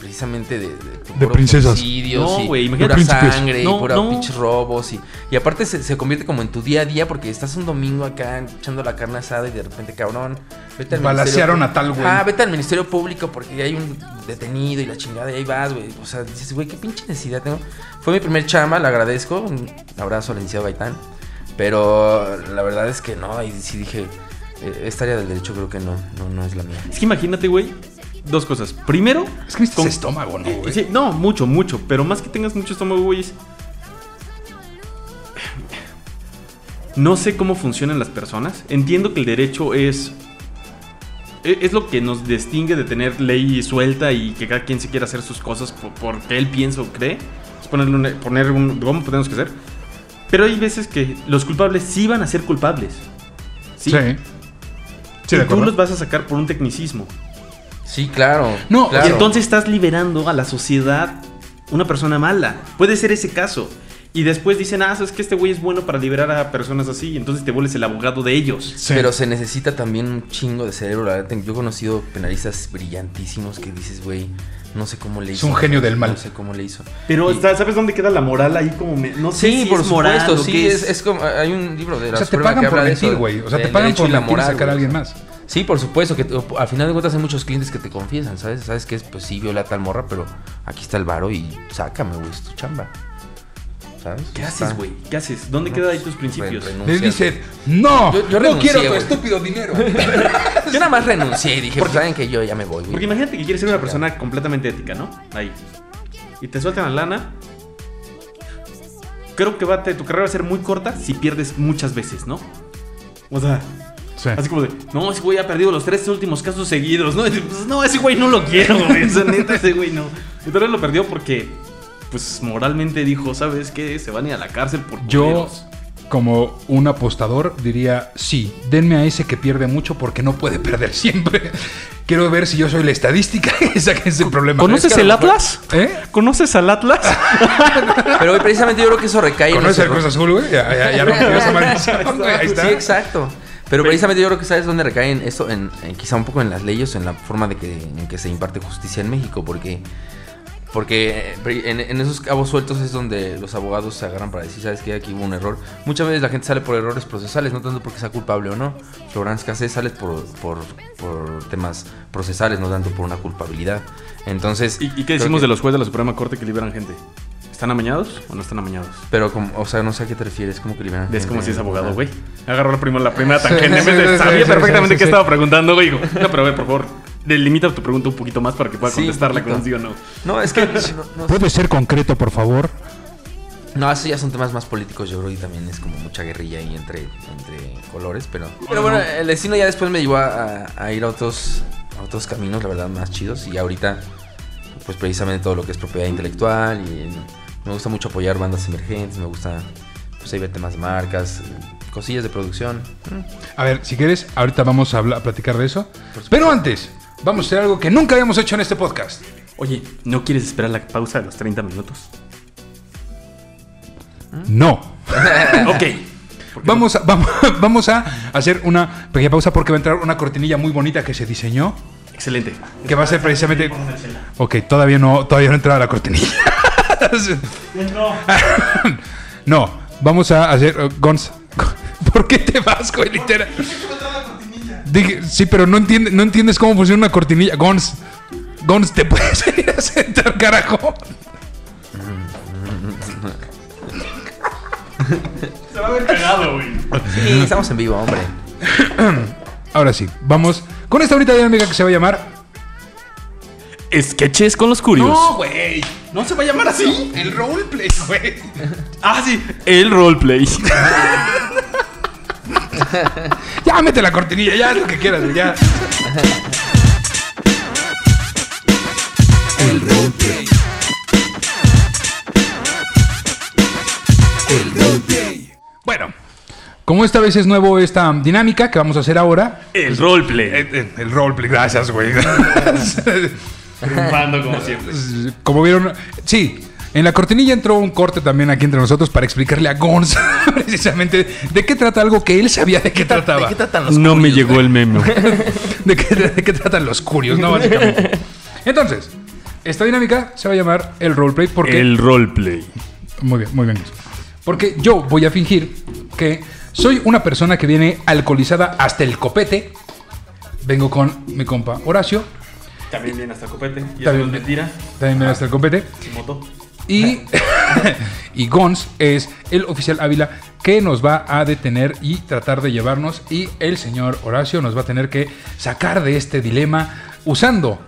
Speaker 3: precisamente de... De, puro
Speaker 1: princesas.
Speaker 3: homicidios
Speaker 2: No,
Speaker 3: y
Speaker 2: güey, imagínate.
Speaker 3: pura
Speaker 1: Príncipes.
Speaker 3: sangre
Speaker 2: No,
Speaker 3: y pura
Speaker 2: no.
Speaker 3: pinches robos. Y, y aparte se, se convierte como en tu día a día porque estás un domingo acá echando la carne asada y de repente, cabrón... Vete al
Speaker 1: Balacearon
Speaker 3: ministerio-
Speaker 1: a tal güey.
Speaker 3: Ah, vete al Ministerio Público porque hay un detenido y la chingada y ahí vas, güey. O sea, dices, güey, qué pinche necesidad tengo. Fue mi primer chamba, le agradezco. Un abrazo al licenciado Gaitán. Pero la verdad es que no, y sí dije, eh, esta área del derecho creo que no, no, no es la mía.
Speaker 2: Es que imagínate, güey, dos cosas. Primero,
Speaker 1: Es que viste
Speaker 2: con-
Speaker 1: ese estómago, ¿no, güey?
Speaker 2: sí, no, mucho, mucho, pero más que tengas mucho estómago, güey, es- No sé cómo funcionan las personas. Entiendo que el derecho es e- es lo que nos distingue de tener ley suelta y que cada quien se quiera hacer sus cosas por- porque él piensa o cree. Es ponerle una- poner un... ¿Cómo tenemos que hacer? Pero hay veces que los culpables sí van a ser culpables. Sí.
Speaker 1: Sí. Sí, de
Speaker 2: y tú
Speaker 1: acuerdo.
Speaker 2: los vas a sacar por un tecnicismo.
Speaker 3: Sí, claro.
Speaker 1: No,
Speaker 3: claro.
Speaker 2: Y entonces estás liberando a la sociedad una persona mala. Puede ser ese caso. Y después dicen, ah, es que este güey es bueno para liberar a personas así. Y entonces te vuelves el abogado de ellos.
Speaker 1: Sí.
Speaker 3: Pero se necesita también un chingo de cerebro. La verdad, yo he conocido penalistas brillantísimos que dices, güey, no sé cómo le
Speaker 1: Es
Speaker 3: hizo.
Speaker 1: un genio del mal.
Speaker 3: No sé cómo le hizo.
Speaker 2: Pero
Speaker 3: Y-
Speaker 2: está- ¿sabes dónde queda la moral ahí? Como me- no sé
Speaker 3: Sí,
Speaker 2: si
Speaker 3: por
Speaker 2: es moral
Speaker 3: supuesto,
Speaker 2: o
Speaker 3: sí,
Speaker 2: qué
Speaker 3: es, es como, hay un libro de
Speaker 1: O
Speaker 3: la
Speaker 1: sea, te pagan por mentir, güey. O sea, te pagan por mentir y sacar a alguien más.
Speaker 3: Sí, por supuesto, que o- al final de cuentas hay muchos clientes que te confiesan, ¿sabes? Sabes que es, pues sí, viola a tal morra, pero aquí está el varo y sácame, güey, es tu chamba. ¿Sabes?
Speaker 2: ¿Qué
Speaker 3: Está-
Speaker 2: haces, güey? ¿Qué haces? ¿Dónde quedan
Speaker 3: pues,
Speaker 2: ahí tus principios?
Speaker 3: Re-
Speaker 1: Él
Speaker 3: renuncias,
Speaker 1: dice, no,
Speaker 3: Yo-
Speaker 1: no
Speaker 3: yo renuncié,
Speaker 1: quiero tu
Speaker 3: güey.
Speaker 1: estúpido dinero.
Speaker 3: güey. Yo nada más renuncié y dije, pues saben que yo ya me voy,
Speaker 2: Porque
Speaker 3: güey.
Speaker 2: imagínate que quieres ser una persona completamente ética, ¿no? Ahí. Y te sueltan la lana. Creo que va a te- tu carrera va a ser muy corta si pierdes muchas veces, ¿no? O sea,
Speaker 1: Sí.
Speaker 2: así como de, no, ese güey ha perdido los tres últimos casos seguidos, ¿no? Y dices, pues, no, ese güey no lo quiero, güey. O sea, neta, ese güey no. Entonces lo perdió porque, pues moralmente dijo, ¿sabes qué? Se van a ir a la cárcel por
Speaker 1: Yo,
Speaker 2: culeros".
Speaker 1: como un apostador, diría, sí, denme a ese que pierde mucho porque no puede perder siempre. Quiero ver si yo soy la estadística y saquen ese problema.
Speaker 4: ¿Conoces el Atlas?
Speaker 1: ¿Eh?
Speaker 4: ¿Conoces al Atlas?
Speaker 3: Pero güey, precisamente yo creo que eso recae en
Speaker 1: ¿Conoces
Speaker 3: ese
Speaker 1: el Cruz Azul, güey? Ya, ya, ya rompió esa maldición, güey. Ahí
Speaker 3: Sí,
Speaker 1: está.
Speaker 3: exacto. Pero precisamente yo creo que sabes dónde recae en esto, en, en quizá un poco en las leyes, en la forma de que, en que se imparte justicia en México, porque porque eh, pri- en, en esos cabos sueltos es donde los abogados se agarran para decir, sabes que aquí hubo un error. Muchas veces la gente sale por errores procesales, no tanto porque sea culpable o no. Florence Cassé sale por, por, por temas procesales, no tanto por una culpabilidad. Entonces,
Speaker 2: ¿Y, y qué
Speaker 3: creo
Speaker 2: decimos
Speaker 3: que-
Speaker 2: de los jueces de la Suprema Corte que liberan gente? ¿Están amañados o no están amañados?
Speaker 3: Pero, como, o sea, no sé a qué te refieres, como que liberan
Speaker 2: Es como
Speaker 3: gente?
Speaker 2: si es abogado, güey. Agarró la, prima- la primera tangente.
Speaker 1: Sí,
Speaker 2: en vez de-
Speaker 1: sí, sí,
Speaker 2: sabía
Speaker 1: sí, sí,
Speaker 2: perfectamente
Speaker 1: sí,
Speaker 2: qué
Speaker 1: sí.
Speaker 2: estaba preguntando, güey. Digo, No, pero a ver, por favor, delimita tu pregunta un poquito más para que pueda
Speaker 3: Sí,
Speaker 2: contestarla con
Speaker 3: poquito.
Speaker 2: un sí o no.
Speaker 3: No, es que... no- no-
Speaker 1: ¿Puede ser concreto, por favor?
Speaker 3: No, eso ya son temas más políticos, yo creo, y también es como mucha guerrilla ahí entre, entre colores, pero... Pero bueno, el destino ya después me llevó a, a- a ir a otros, a otros caminos, la verdad, más chidos, y ahorita, pues precisamente todo lo que es propiedad intelectual, y el- me gusta mucho apoyar bandas emergentes, me gusta, pues ahí ver temas de marcas, cosillas de producción.
Speaker 1: A ver, si quieres, ahorita vamos a, hablar- a platicar de eso. Pero antes, vamos a hacer algo que nunca habíamos hecho en este podcast.
Speaker 2: Oye, ¿no quieres esperar la pausa de los 30 minutos?
Speaker 1: No.
Speaker 2: ok.
Speaker 1: Vamos a, vamos, vamos a hacer una pequeña pausa porque va a entrar una cortinilla muy bonita que se diseñó.
Speaker 2: Excelente.
Speaker 1: Que va a ser precisamente. Ok, todavía no, todavía no entraba la cortinilla. no, vamos a hacer. eh, Gonz, ¿por qué te vas, güey? Literal. Dije, sí, pero no, entiende, no entiendes cómo funciona una cortinilla. Gonz, Gonz, ¿te puedes ir a sentar, carajo?
Speaker 2: Se va a ver cagado, güey.
Speaker 3: Sí, estamos en vivo, hombre.
Speaker 1: Ahora sí, vamos con esta bonita dinámica que se va a llamar.
Speaker 2: Sketches con los curios.
Speaker 1: güey.
Speaker 2: no se va a llamar así.
Speaker 1: El roleplay, güey.
Speaker 2: Ah, sí. El roleplay.
Speaker 1: Ya mete la cortinilla, ya haz lo que quieras, güey, ya. Bueno, como esta vez es nuevo esta um, dinámica que vamos a hacer ahora,
Speaker 2: El roleplay.
Speaker 1: eh, eh, el roleplay, gracias, güey.
Speaker 2: Triunfando como siempre.
Speaker 1: como vieron, sí, en la cortinilla entró un corte también aquí entre nosotros para explicarle a Gonz precisamente de qué trata algo que él sabía de qué trataba.
Speaker 3: ¿De qué tratan los
Speaker 2: No me
Speaker 3: curios,
Speaker 2: llegó
Speaker 3: güey?
Speaker 2: el meme.
Speaker 1: ¿De qué, de qué tratan los curios, no? Básicamente. Entonces, esta dinámica se va a llamar el roleplay porque...
Speaker 2: El roleplay.
Speaker 1: Muy bien, muy bien. Porque yo voy a fingir que soy una persona que viene alcoholizada hasta el copete. Vengo con mi compa Horacio,
Speaker 2: También viene hasta copete. Y
Speaker 1: También-
Speaker 2: es mentira.
Speaker 1: también viene hasta el copete.
Speaker 2: Su moto.
Speaker 1: Y, y Gons es el oficial Ávila que nos va a detener y tratar de llevarnos. Y el señor Horacio nos va a tener que sacar de este dilema usando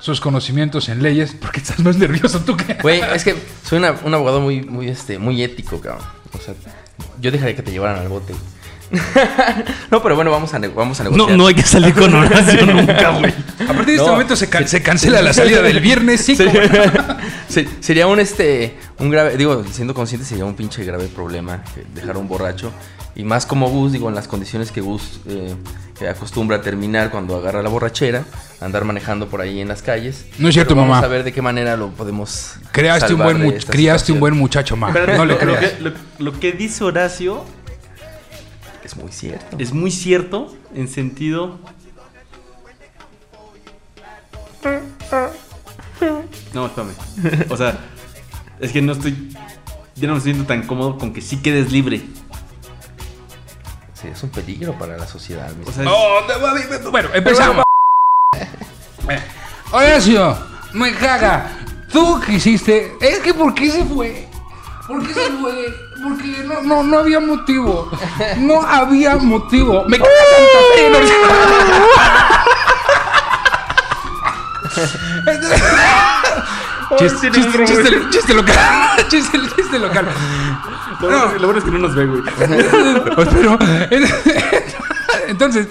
Speaker 1: sus conocimientos en leyes. Porque estás más nervioso tú que.
Speaker 3: Güey, es que soy una- un abogado muy, muy, este, muy ético, cabrón. O sea, yo dejaría que te llevaran al bote. no, pero bueno, vamos a, ne- vamos a negociar.
Speaker 2: que salir con Horacio nunca, güey.
Speaker 1: A partir de este
Speaker 3: No.
Speaker 1: momento se, can- se cancela la salida del viernes 5.
Speaker 3: Sería, se- sería un este un grave, digo, siendo consciente sería un pinche grave problema que dejar a un borracho y más como Gus, digo, en las condiciones que Gus eh, que acostumbra a terminar cuando agarra la borrachera, andar manejando por ahí en las calles.
Speaker 1: No es cierto,
Speaker 3: Pero
Speaker 1: mamá.
Speaker 3: Vamos a ver de qué manera lo podemos.
Speaker 1: Creaste un,
Speaker 3: salvar
Speaker 1: buen
Speaker 3: de
Speaker 1: mu-
Speaker 3: esta
Speaker 1: criaste un
Speaker 3: situación.
Speaker 1: buen muchacho, ma.
Speaker 2: Pero
Speaker 1: No le
Speaker 2: lo, lo
Speaker 1: creas.
Speaker 2: que, lo- lo que dice Horacio
Speaker 3: Es muy cierto.
Speaker 2: es muy cierto en sentido. No, espérame. O sea, es que no estoy. Ya no me siento tan cómodo con que sí quedes libre.
Speaker 3: Sí, es un peligro para la sociedad. mi
Speaker 2: O sea, es-
Speaker 1: Oh, de- bueno, empezamos. Eh, Horacio, me caga. Tú quisiste. Es que ¿por qué se fue? ¿Por qué se fue? Porque no, no, no había motivo. No había motivo. Me caga Santa Fe. no- Chiste, chiste, chiste, chiste local. Chiste, chiste local.
Speaker 2: lo, bueno es, lo bueno es que no nos ve, güey.
Speaker 1: Pues, pero, entonces,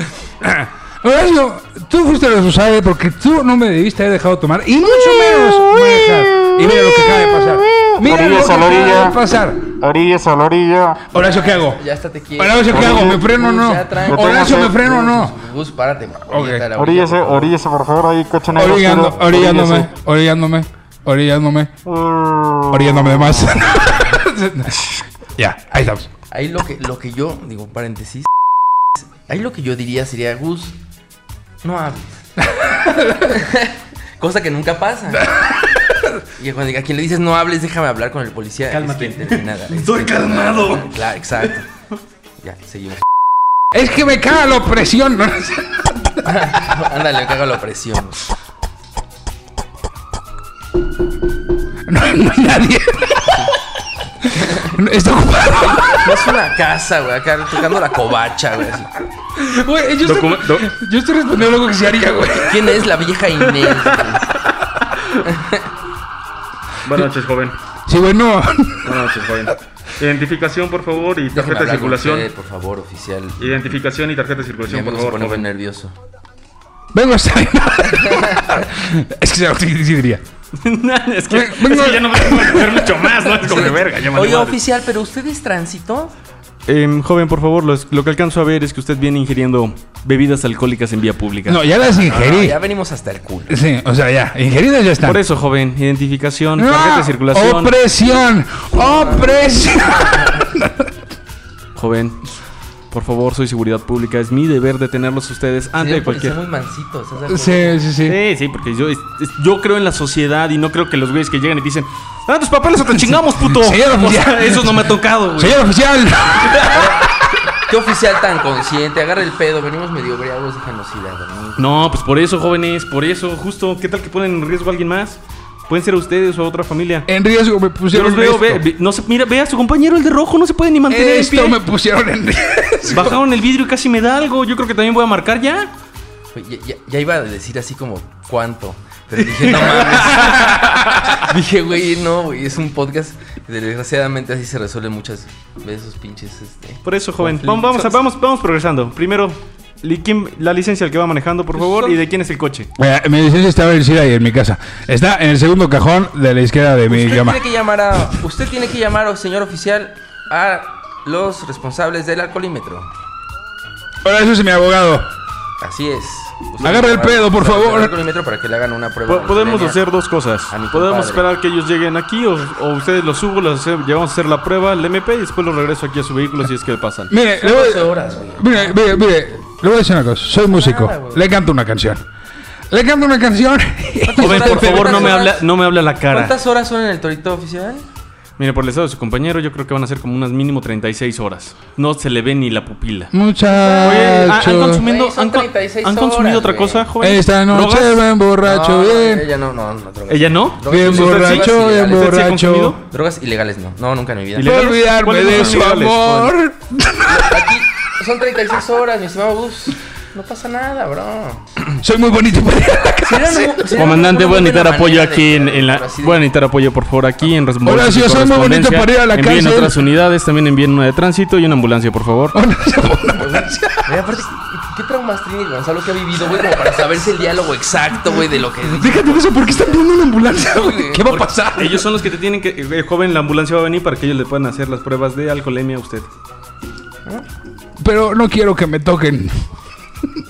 Speaker 1: Horacio, tú fuiste responsable porque tú no me debiste haber dejado tomar y mucho menos manejar. Y mira lo que acaba de pasar. Mira lo
Speaker 5: Orillas
Speaker 1: que
Speaker 5: a
Speaker 1: acaba
Speaker 5: la orilla.
Speaker 1: de pasar.
Speaker 5: Orillas a la orilla.
Speaker 1: Horacio, ¿qué hago?
Speaker 3: Ya hasta te quiero.
Speaker 1: Horacio, ¿qué hago? ¿Me freno o no?
Speaker 3: Ya, tranqui.
Speaker 1: Horacio, ¿me freno o no?
Speaker 3: Gus, Gus, párate. ahorita la orilla,
Speaker 5: Oríllese, oríllese, por favor, ahí, coche negro.
Speaker 1: Orillando,
Speaker 5: oscuro.
Speaker 1: orillándome,
Speaker 5: Oríllese.
Speaker 1: orillándome, orillándome,
Speaker 5: Uh,
Speaker 1: orillándome de más. ya, ahí estamos.
Speaker 3: Ahí lo que, lo que yo, digo, paréntesis. Ahí lo que yo diría sería, Gus, no hables. Cosa que nunca pasa. Y cuando a quien le dices no hables, déjame hablar con el policía. es
Speaker 2: Cálmate.
Speaker 3: que terminada.
Speaker 2: Estoy calmado.
Speaker 3: Este, Claro, exacto. Ya, seguimos.
Speaker 1: Es que me caga la opresión.
Speaker 3: Ándale, caga la presión.
Speaker 1: No, hay- no hay nadie. Está ocupado.
Speaker 3: No es una casa, güey, acá tocando la covacha, güey. así.
Speaker 1: Güey, yo, estoy,
Speaker 2: Documen- do-
Speaker 1: yo estoy respondiendo algo que se haría, güey.
Speaker 3: ¿Quién es la vieja Inés? güey?
Speaker 2: Buenas noches, joven.
Speaker 1: Sí, güey, no.
Speaker 2: Buenas noches, joven. Identificación, por favor, y
Speaker 3: Déjame
Speaker 2: tarjeta de
Speaker 3: hablar con
Speaker 2: circulación.
Speaker 3: usted, por favor, oficial.
Speaker 2: Identificación y tarjeta de
Speaker 3: Mi
Speaker 2: circulación,
Speaker 3: amigo
Speaker 2: por
Speaker 3: se
Speaker 2: favor,
Speaker 3: pone muy
Speaker 2: joven.
Speaker 3: nervioso.
Speaker 1: Vengo a estar. es que se lo que sí diría.
Speaker 2: es, que, es
Speaker 1: Vengo-
Speaker 2: que ya no me puedo hacer mucho más, ¿no? Es como de verga, ya me
Speaker 3: Oiga, oficial, ¿pero usted es tránsito?
Speaker 2: Em, Joven, por favor, lo que alcanzo a ver es que usted viene ingiriendo bebidas alcohólicas en vía pública.
Speaker 1: No, ya las
Speaker 3: No,
Speaker 1: ingerí.
Speaker 3: ya venimos hasta el culo.
Speaker 1: Sí, o sea, ya. Ingeridas ya están.
Speaker 2: Por eso, joven, identificación,
Speaker 1: No,
Speaker 2: tarjeta de circulación.
Speaker 1: Opresión. Opresión.
Speaker 2: Joven, por favor, soy seguridad pública. Es mi deber detenerlos a ustedes antes de
Speaker 3: Señor, porque
Speaker 2: cualquier.
Speaker 3: son muy mancitos. ¿estás de acuerdo?
Speaker 1: Sí, sí, sí.
Speaker 2: Sí, sí, porque yo, es- es- yo creo en la sociedad y no creo que los güeyes que llegan y dicen, ah, tus papeles o te chingamos, puto.
Speaker 1: Señor
Speaker 2: O sea,
Speaker 1: oficial.
Speaker 2: eso no me ha tocado, güey.
Speaker 1: Señor oficial.
Speaker 3: Qué oficial tan consciente, agarra el pedo, venimos medio briagos de genocida, ¿no?
Speaker 2: No, pues por eso, jóvenes, por eso, justo, ¿qué tal que ponen en riesgo a alguien más? Pueden ser a ustedes o a otra familia.
Speaker 1: En riesgo me
Speaker 2: Yo
Speaker 1: pusieron.
Speaker 2: los veo, ve,
Speaker 1: Eh, esto.
Speaker 2: ve- no se, mira, ve a su compañero, el de rojo, no se puede ni mantener en
Speaker 1: Esto
Speaker 2: pie.
Speaker 1: me pusieron en riesgo.
Speaker 2: Bajaron el vidrio y casi me da algo. Yo creo que también voy a marcar ya.
Speaker 3: Oye, Ya, ya- ya iba a decir así como cuánto, pero dije, no mames. dije, güey, no, güey, es un podcast. Desgraciadamente así se resuelven muchas veces esos pinches. Este.
Speaker 2: Por eso, joven. Vamos,
Speaker 3: Conflictos.
Speaker 2: vamos, a- vamos, vamos progresando. Primero, li- ¿quién- la licencia del que va manejando,
Speaker 3: Pues
Speaker 2: por favor, y de quién es el coche.
Speaker 1: Eh, mi licencia estaba en ahí en mi casa. Está en el segundo cajón de la izquierda de mi
Speaker 3: Usted
Speaker 1: cama.
Speaker 3: tiene que llamar a. Usted tiene que llamar, oh, señor oficial, a los responsables del alcoholímetro.
Speaker 1: Ahora eso es mi abogado.
Speaker 3: Así es. Usted
Speaker 1: Agarra
Speaker 3: tiene
Speaker 1: el
Speaker 3: que llamar
Speaker 1: pedo, por
Speaker 3: al
Speaker 1: favor.
Speaker 3: alcoholímetro para que le hagan una prueba.
Speaker 2: Po-
Speaker 3: de
Speaker 2: podemos
Speaker 3: alcoholemia.
Speaker 2: hacer dos cosas.
Speaker 3: A mi
Speaker 2: Podemos
Speaker 3: compadre.
Speaker 2: esperar que ellos lleguen aquí o, o ustedes los subo, los hace- llevamos a hacer la prueba, el MP, y después los regreso aquí a su vehículo si es que pasan.
Speaker 1: Mire, le voy, mire, mire, mire, le voy a decir una cosa. Soy músico. le canto una canción. Le canto una canción.
Speaker 2: Joven, por
Speaker 3: ¿Cuántas
Speaker 2: favor, no me
Speaker 3: horas?
Speaker 2: habla, no me habla la cara.
Speaker 3: ¿Cuántas horas son en el torito oficial?
Speaker 2: Mire, por el estado de su compañero, yo creo que van a ser como unas mínimo 36 horas. No se le ve ni la pupila. Oye, ¿han, han
Speaker 1: Muchachos.
Speaker 2: consumido,
Speaker 3: Güey, son
Speaker 2: han con-
Speaker 3: 36
Speaker 2: han consumido
Speaker 3: horas,
Speaker 2: otra
Speaker 3: güey.
Speaker 2: cosa, joven?
Speaker 1: Esta noche
Speaker 2: ¿Drogas?
Speaker 1: ven borracho,
Speaker 3: no,
Speaker 1: bien.
Speaker 3: Ella no, no, no. drogas.
Speaker 2: ¿Ella no?
Speaker 3: Drogas
Speaker 1: Bien
Speaker 3: ilegales.
Speaker 1: borracho,
Speaker 3: Drogas
Speaker 1: bien
Speaker 3: ilegales.
Speaker 2: ¿Usted se ha
Speaker 1: borracho.
Speaker 2: consumido?
Speaker 3: Drogas ilegales no. No, nunca en mi vida.
Speaker 1: Voy a
Speaker 2: ¿Ilegales?
Speaker 1: olvidarme
Speaker 2: ¿Cuáles son
Speaker 1: de
Speaker 2: los
Speaker 1: su
Speaker 2: ilegales,
Speaker 1: amor.
Speaker 3: Aquí son 36 horas, mi estimado Gus. No pasa nada, bro.
Speaker 1: Soy muy bonito para ir a la
Speaker 3: Si
Speaker 1: cárcel.
Speaker 3: era- si era
Speaker 2: Comandante,
Speaker 3: una
Speaker 2: voy a necesitar
Speaker 3: buena
Speaker 2: apoyo
Speaker 3: manera
Speaker 2: aquí
Speaker 3: de-
Speaker 2: en, en la.
Speaker 3: por así
Speaker 2: Voy a necesitar apoyo, por favor, aquí en respuesta.
Speaker 1: Horacio, soy muy bonito para ir a la
Speaker 2: Envíen
Speaker 1: cárcel.
Speaker 2: otras unidades, también envíen una de tránsito y una ambulancia, por favor.
Speaker 3: Güey, aparte, ¿qué traumas tiene Gonzalo que ha vivido, güey? Como para saberse el diálogo exacto, güey, de lo que dijo.
Speaker 1: Déjate de eso, ¿por qué están viendo una ambulancia, güey? ¿Qué va a
Speaker 2: Porque
Speaker 1: pasar?
Speaker 2: Ellos son los que te tienen que. eh, joven, la ambulancia va a venir para que ellos le puedan hacer las pruebas de alcoholemia a usted.
Speaker 1: Pero no quiero que me toquen.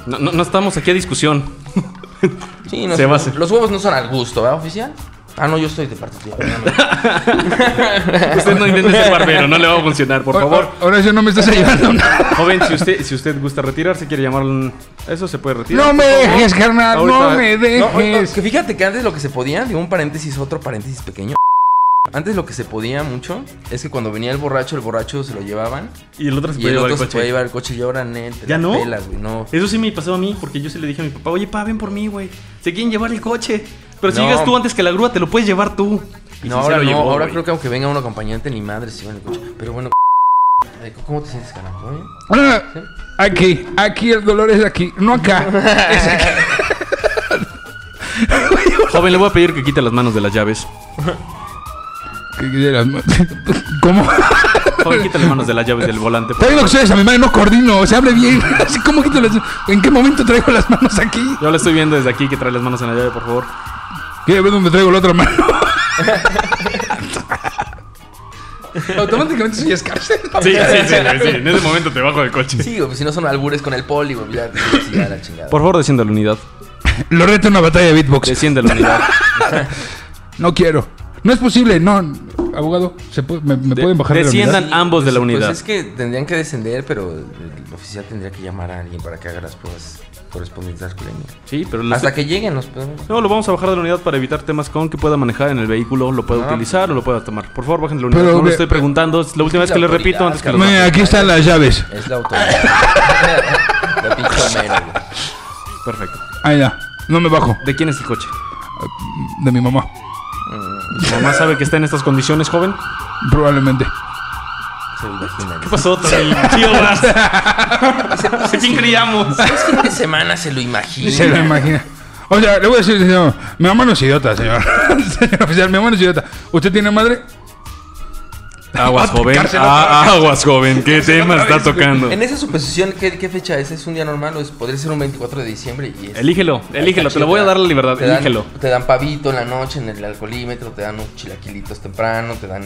Speaker 2: No, no- no estamos aquí a discusión.
Speaker 3: Sí, no
Speaker 2: Se
Speaker 3: sé,
Speaker 2: va a hacer.
Speaker 3: Los huevos no son al gusto, ¿verdad, oficial? Ah, no, yo estoy de partido.
Speaker 2: Usted no intente ser barbero, no le va a funcionar, por
Speaker 1: Ahora-
Speaker 2: favor.
Speaker 1: Ahora yo no me estás ayudando nada.
Speaker 2: Joven, si usted, si usted gusta retirarse, quiere llamar a un- Eso se puede retirar.
Speaker 1: No me
Speaker 2: por favor.
Speaker 1: dejes, carnal, no
Speaker 2: Ahorita- eh,
Speaker 1: me
Speaker 3: No, oye,
Speaker 1: dejes.
Speaker 3: que fíjate que antes lo que se podía, digo un paréntesis, otro paréntesis pequeño. Antes lo que se podía mucho es que cuando venía el borracho, el borracho se lo llevaban
Speaker 2: Y el otro se
Speaker 3: y
Speaker 2: puede
Speaker 3: el
Speaker 2: llevar
Speaker 3: otro
Speaker 2: el
Speaker 3: se podía
Speaker 2: coche.
Speaker 3: llevar el coche y ahora net.
Speaker 2: ¿Ya no?
Speaker 3: Pelas, güey, no.
Speaker 2: Eso sí me pasó a mí, porque yo se le dije a mi papá, oye, pa, ven por mí, güey. Se quieren llevar el coche. Pero si
Speaker 3: No.
Speaker 2: llegas tú antes que la grúa, te lo puedes llevar tú. Y
Speaker 3: No,
Speaker 2: sí se
Speaker 3: ahora
Speaker 2: lo
Speaker 3: no,
Speaker 2: llevó,
Speaker 3: ahora
Speaker 2: güey.
Speaker 3: creo que aunque venga un acompañante, ni madre se lleva en el coche. Pero bueno, eh, ¿cómo te sientes, carajo? eh?
Speaker 1: Ah, Aquí, aquí el dolor es aquí, no acá. Es aquí.
Speaker 2: Joven, le voy a pedir que quite las manos de las llaves.
Speaker 1: Que- que de las ma- ¿Cómo?
Speaker 2: Joven, quita las manos de las llaves del volante. por-
Speaker 1: Traigo ustedes a mi madre, no coordino, o sea, hable bien. Así como quito las- ¿En qué momento traigo las manos aquí?
Speaker 2: Yo la estoy viendo desde aquí que trae las manos en la llave, por favor.
Speaker 1: Quiero ver dónde traigo la otra mano. Automáticamente eso ya es cárcel.
Speaker 2: Sí, sí, sí, sí, En ese momento te bajo del coche.
Speaker 3: Sí, güey, pues si no son albures con el poli, güey, ya, sí, ya la chingada.
Speaker 2: Por favor, descienda a la unidad.
Speaker 1: Lo reto en una batalla de beatbox.
Speaker 2: Descienda a la unidad.
Speaker 1: No quiero. No es posible, no. Abogado, ¿se puede- ¿me, me
Speaker 2: De-
Speaker 1: pueden bajar de la
Speaker 2: descienda.
Speaker 1: unidad?
Speaker 2: Andan ambos de la unidad.
Speaker 3: Pues es que tendrían que descender, pero el oficial tendría que llamar a alguien para que haga las pruebas correspondientes a la alcoholemia.
Speaker 2: Sí, pero las-
Speaker 3: Hasta que lleguen los pedómetros.
Speaker 2: No, lo vamos a bajar de la unidad para evitar temas con que pueda manejar en el vehículo, lo pueda
Speaker 3: Ah.
Speaker 2: utilizar o lo pueda tomar. Por favor, bajen de la unidad.
Speaker 1: Pero
Speaker 2: no lo
Speaker 1: ve-
Speaker 2: estoy preguntando. Es la última vez que le repito antes que lo
Speaker 1: Mira, aquí están las llaves.
Speaker 3: Es la autoridad. la pinche Homero, güey.
Speaker 2: Perfecto.
Speaker 1: Ahí ya. No me bajo.
Speaker 2: ¿De quién es el coche?
Speaker 1: De mi mamá.
Speaker 2: ¿Tu mamá sabe que está en estas condiciones, joven?
Speaker 1: Probablemente.
Speaker 3: Se imagina.
Speaker 2: ¿Qué pasó? Tío Blas. ¿A quién creíamos?
Speaker 3: Es fin de semana, se lo imagina.
Speaker 1: Se lo imagina. O sea, le voy a decir, señor, mi mamá no es idiota, señor. señor oficial, mi mamá no es idiota. ¿Usted tiene madre?
Speaker 2: Aguas, joven.
Speaker 1: Cárcel otra
Speaker 2: Ah, aguas, joven. ¿Qué tema está tocando?
Speaker 3: En esa suposición, ¿qué, qué fecha es? ¿Es un día normal o es, podría ser un 24 de diciembre? Y es-
Speaker 2: Elígelo, elígelo. Te lo voy a dar la libertad.
Speaker 3: Te dan-
Speaker 2: Elígelo.
Speaker 3: Te dan pavito en la noche en el alcoholímetro, te dan unos chilaquilitos temprano, te dan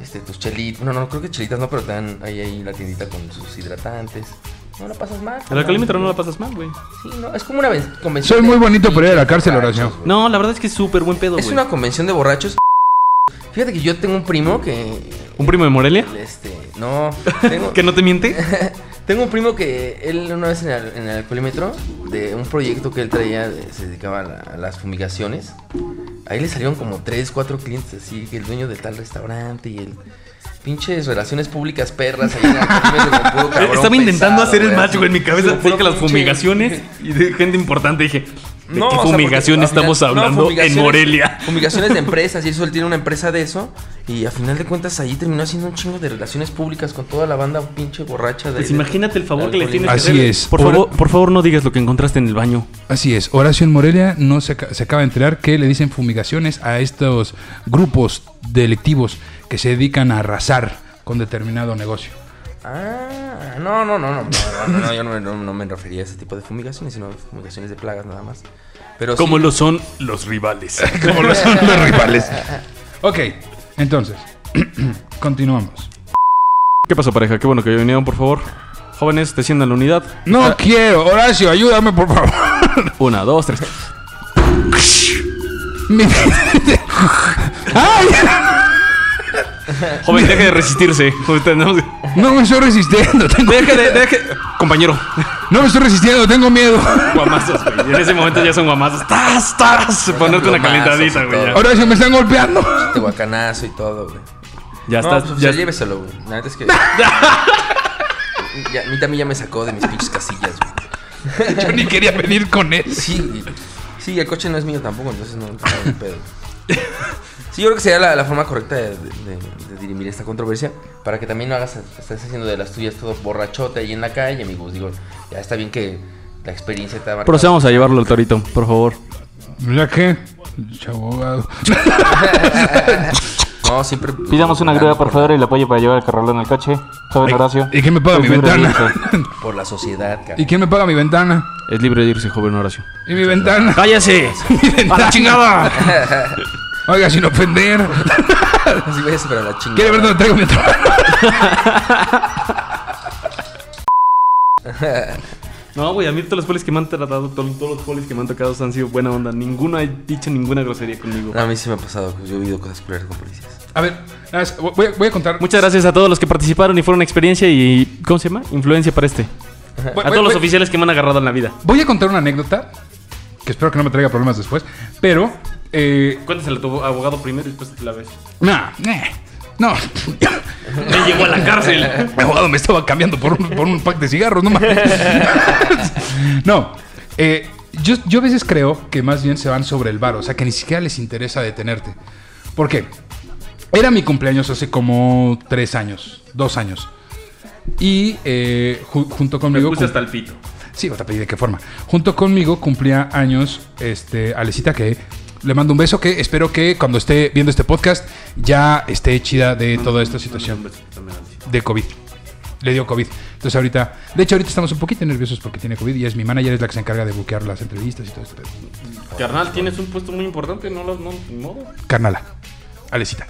Speaker 3: este, tus chelitas. No, no, creo que chelitas no, pero te dan ahí, ahí la tiendita con sus hidratantes. No la pasas mal.
Speaker 2: El alcoholímetro no la pasas mal, güey.
Speaker 3: Sí, no, es como una ven- convención.
Speaker 1: Soy
Speaker 3: de
Speaker 1: muy bonito para ir a la
Speaker 3: pinches
Speaker 1: cárcel,
Speaker 3: borrachos,
Speaker 1: Horacio.
Speaker 3: güey.
Speaker 2: No, la verdad es que es súper buen pedo,
Speaker 3: Es
Speaker 2: güey.
Speaker 3: una convención de borrachos. Fíjate que yo tengo un primo que.
Speaker 2: ¿Un primo de Morelia?
Speaker 3: Este, no. Tengo,
Speaker 2: ¿Que no te miente?
Speaker 3: tengo un primo que él una vez en el, en el alcoholímetro, de un proyecto que él traía, de- se dedicaba a, la- a las fumigaciones. Ahí le salieron como 3, 4 clientes así, que el dueño de tal restaurante y el pinches relaciones públicas perras ahí en el alcoholímetro con puro cabrón
Speaker 2: Estaba intentando
Speaker 3: pesado,
Speaker 2: hacer el match,
Speaker 3: así.
Speaker 2: güey, en mi cabeza.
Speaker 3: Pero
Speaker 2: Dije
Speaker 3: puro
Speaker 2: que las
Speaker 3: pinche-
Speaker 2: fumigaciones y de gente importante dije, ¿de
Speaker 3: No,
Speaker 2: qué
Speaker 3: o sea,
Speaker 2: fumigación
Speaker 3: porque,
Speaker 2: estamos
Speaker 3: al final- no,
Speaker 2: hablando en
Speaker 3: fumigaciones-
Speaker 2: Morelia?
Speaker 3: Fumigaciones de empresas, y eso él tiene una empresa de eso. Y a final de cuentas, ahí terminó haciendo un chingo de relaciones públicas con toda la banda pinche borracha de.
Speaker 2: Pues
Speaker 3: de-
Speaker 2: imagínate el favor que le tienes que
Speaker 1: Así
Speaker 2: hacer.
Speaker 1: es.
Speaker 2: Por favor, por favor, no digas lo que encontraste en el baño.
Speaker 1: Así es. Horacio en Morelia no se, aca- se acaba de enterar que le dicen fumigaciones a estos grupos delictivos que se dedican a arrasar con determinado negocio.
Speaker 3: Ah, no, no, no, no. no, no, no, yo no, no- no me refería a ese tipo de fumigaciones, sino fumigaciones de plagas nada más. Pero sí,
Speaker 2: Como lo son los rivales.
Speaker 1: Como lo son los rivales. Ok, entonces, continuamos.
Speaker 2: ¿Qué pasó, pareja? Qué bueno que vinieron, por favor. Jóvenes, desciendan la unidad.
Speaker 1: No quiero, Horacio, ayúdame por favor.
Speaker 2: Una, dos, tres.
Speaker 1: Mi- ¡Ay!
Speaker 2: Joven, deje de resistirse. Joven, tenemos-
Speaker 1: No me estoy resistiendo, tengo
Speaker 2: Deje de, deje. Compañero,
Speaker 1: No me estoy resistiendo, tengo miedo.
Speaker 2: guamazos, güey. En ese momento ya son guamazos. ¡Tas, tas! Ponerte una
Speaker 3: plomazos
Speaker 2: calentadita,
Speaker 3: y
Speaker 2: güey. ya.
Speaker 3: todo.
Speaker 1: Horacio, me están golpeando.
Speaker 3: tehuacanazo y todo, güey.
Speaker 2: Ya
Speaker 3: No,
Speaker 2: estás.
Speaker 3: pues,
Speaker 2: ya-
Speaker 3: ya lléveselo, güey. La neta es que. Ya, a mí también ya me sacó de mis pinches casillas, güey.
Speaker 1: Yo ni quería venir con él.
Speaker 3: Sí, güey. sí, el coche no es mío tampoco, entonces no, no hay un pedo. Sí, yo creo que sería la, la forma correcta de, de- de- de dirimir esta controversia para que también no hagas, estás haciendo de las tuyas todo borrachote ahí en la calle, amigos. Digo, ya está bien que la experiencia te ha marcado.
Speaker 2: Procedamos a llevarlo al torito, por favor.
Speaker 1: ¿Ya qué? Chabogado.
Speaker 3: No, siempre.
Speaker 6: Pidamos una grúa, por favor, y el apoyo para llevar el carrolón en el coche. Joven Horacio.
Speaker 1: ¿Y quién me paga mi
Speaker 6: Es libre de
Speaker 1: ventana?
Speaker 6: irse.
Speaker 3: Por la sociedad,
Speaker 1: ¿Y
Speaker 3: cabrón.
Speaker 1: quién me paga mi ventana?
Speaker 2: Es libre de irse, joven Horacio.
Speaker 1: ¿Y mi ventana?
Speaker 2: ¡Cállese! ¡A la chingada!
Speaker 1: Oiga, sin ofender.
Speaker 3: Así ves, pero la chingada.
Speaker 1: ¿Quiere ver dónde traigo mi trabajo?
Speaker 7: No, güey, a mí todos los polis que me han tratado, to- todos, los polis que me han tocado han sido buena onda. Ninguno ha dicho ninguna grosería conmigo.
Speaker 3: A mí sí me ha pasado, yo he vivido cosas culeras con policías.
Speaker 1: A ver, nada más, voy, a- voy a contar.
Speaker 7: Muchas gracias a todos los que participaron y fueron experiencia y. ¿Cómo se llama? Influencia para este.
Speaker 1: voy-
Speaker 7: a
Speaker 1: voy-
Speaker 7: todos los
Speaker 1: voy-
Speaker 7: oficiales que me han agarrado en la vida.
Speaker 1: Voy a contar una anécdota que espero que no me traiga problemas después, pero. Eh,
Speaker 7: Cuéntaselo a tu abogado primero y después te la ves.
Speaker 1: nah, eh, no,
Speaker 7: Me llegó a la cárcel.
Speaker 1: mi abogado me estaba cambiando por un, por un pack de cigarros, no mames. no, eh, yo, yo a veces creo que más bien se van sobre el bar, o sea, que ni siquiera les interesa detenerte. ¿Por qué? Era mi cumpleaños hace como tres años, dos años. Y eh, ju- junto
Speaker 7: Me
Speaker 1: conmigo...
Speaker 7: puse
Speaker 1: cum-
Speaker 7: hasta el pito.
Speaker 1: Sí, te pedí de qué forma. Junto conmigo cumplía años este, Alecita, que le mando un beso, que espero que cuando esté viendo este podcast ya esté chida de toda esta situación de COVID. Le dio COVID. Entonces ahorita, de hecho ahorita estamos un poquito nerviosos porque tiene COVID y es mi manager es la que se encarga de buquear las entrevistas y todo este pedo.
Speaker 7: Carnal, tienes un puesto muy importante, no lo. No, ni modo.
Speaker 1: Carnala. Alecita.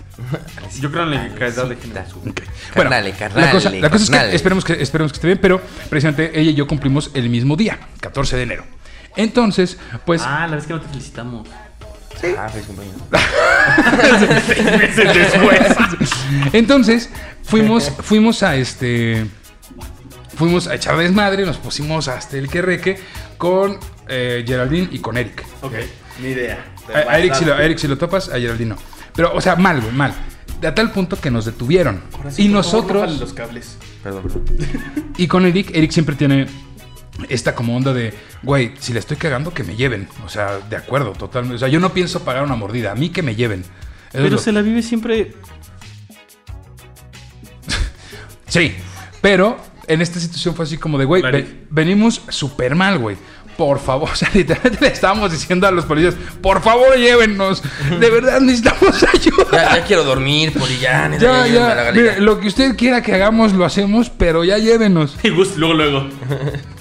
Speaker 7: Yo creo en la equidad de género.
Speaker 1: Ok.
Speaker 3: Carnale,
Speaker 1: la
Speaker 3: carnale,
Speaker 1: cosa, la cosa es
Speaker 3: carnale.
Speaker 1: que esperemos, que esperemos que esté bien, pero precisamente ella y yo cumplimos el mismo día, 14 de enero. Entonces, pues
Speaker 7: Ah, la vez que no te felicitamos.
Speaker 3: Ah, feliz cumpleaños.
Speaker 1: Entonces, fuimos, fuimos a este. Fuimos a echar desmadre, nos pusimos hasta el que reque con eh, Geraldine y con Eric.
Speaker 2: Ok, ni idea.
Speaker 1: A, a Eric si lo, a Eric si lo topas, a Geraldine no. Pero, o sea, mal, güey, mal. A tal punto que nos detuvieron. Y nosotros.
Speaker 2: Los cables.
Speaker 3: Perdón, perdón.
Speaker 1: Y con Eric, Eric siempre tiene esta como onda de, güey, si le estoy cagando, que me lleven. O sea, de acuerdo, totalmente. O sea, yo no pienso pagar una mordida, a mí que me lleven. Eso es
Speaker 7: Pero
Speaker 1: lo-
Speaker 7: se la vive siempre.
Speaker 1: Sí, pero en esta situación fue así como de, güey,
Speaker 7: Larry.
Speaker 1: ve- venimos súper mal, güey. Por favor, o sea, literalmente le estábamos diciendo a los policías, por favor, llévennos. De verdad, necesitamos ayuda.
Speaker 3: Ya, ya quiero dormir, poli, ya. neta,
Speaker 1: Ya,
Speaker 3: llévenme a la
Speaker 1: ya,
Speaker 3: galería.
Speaker 1: mire, lo que usted quiera que hagamos, lo hacemos, pero ya llévenos.
Speaker 7: Y Gus, luego, luego.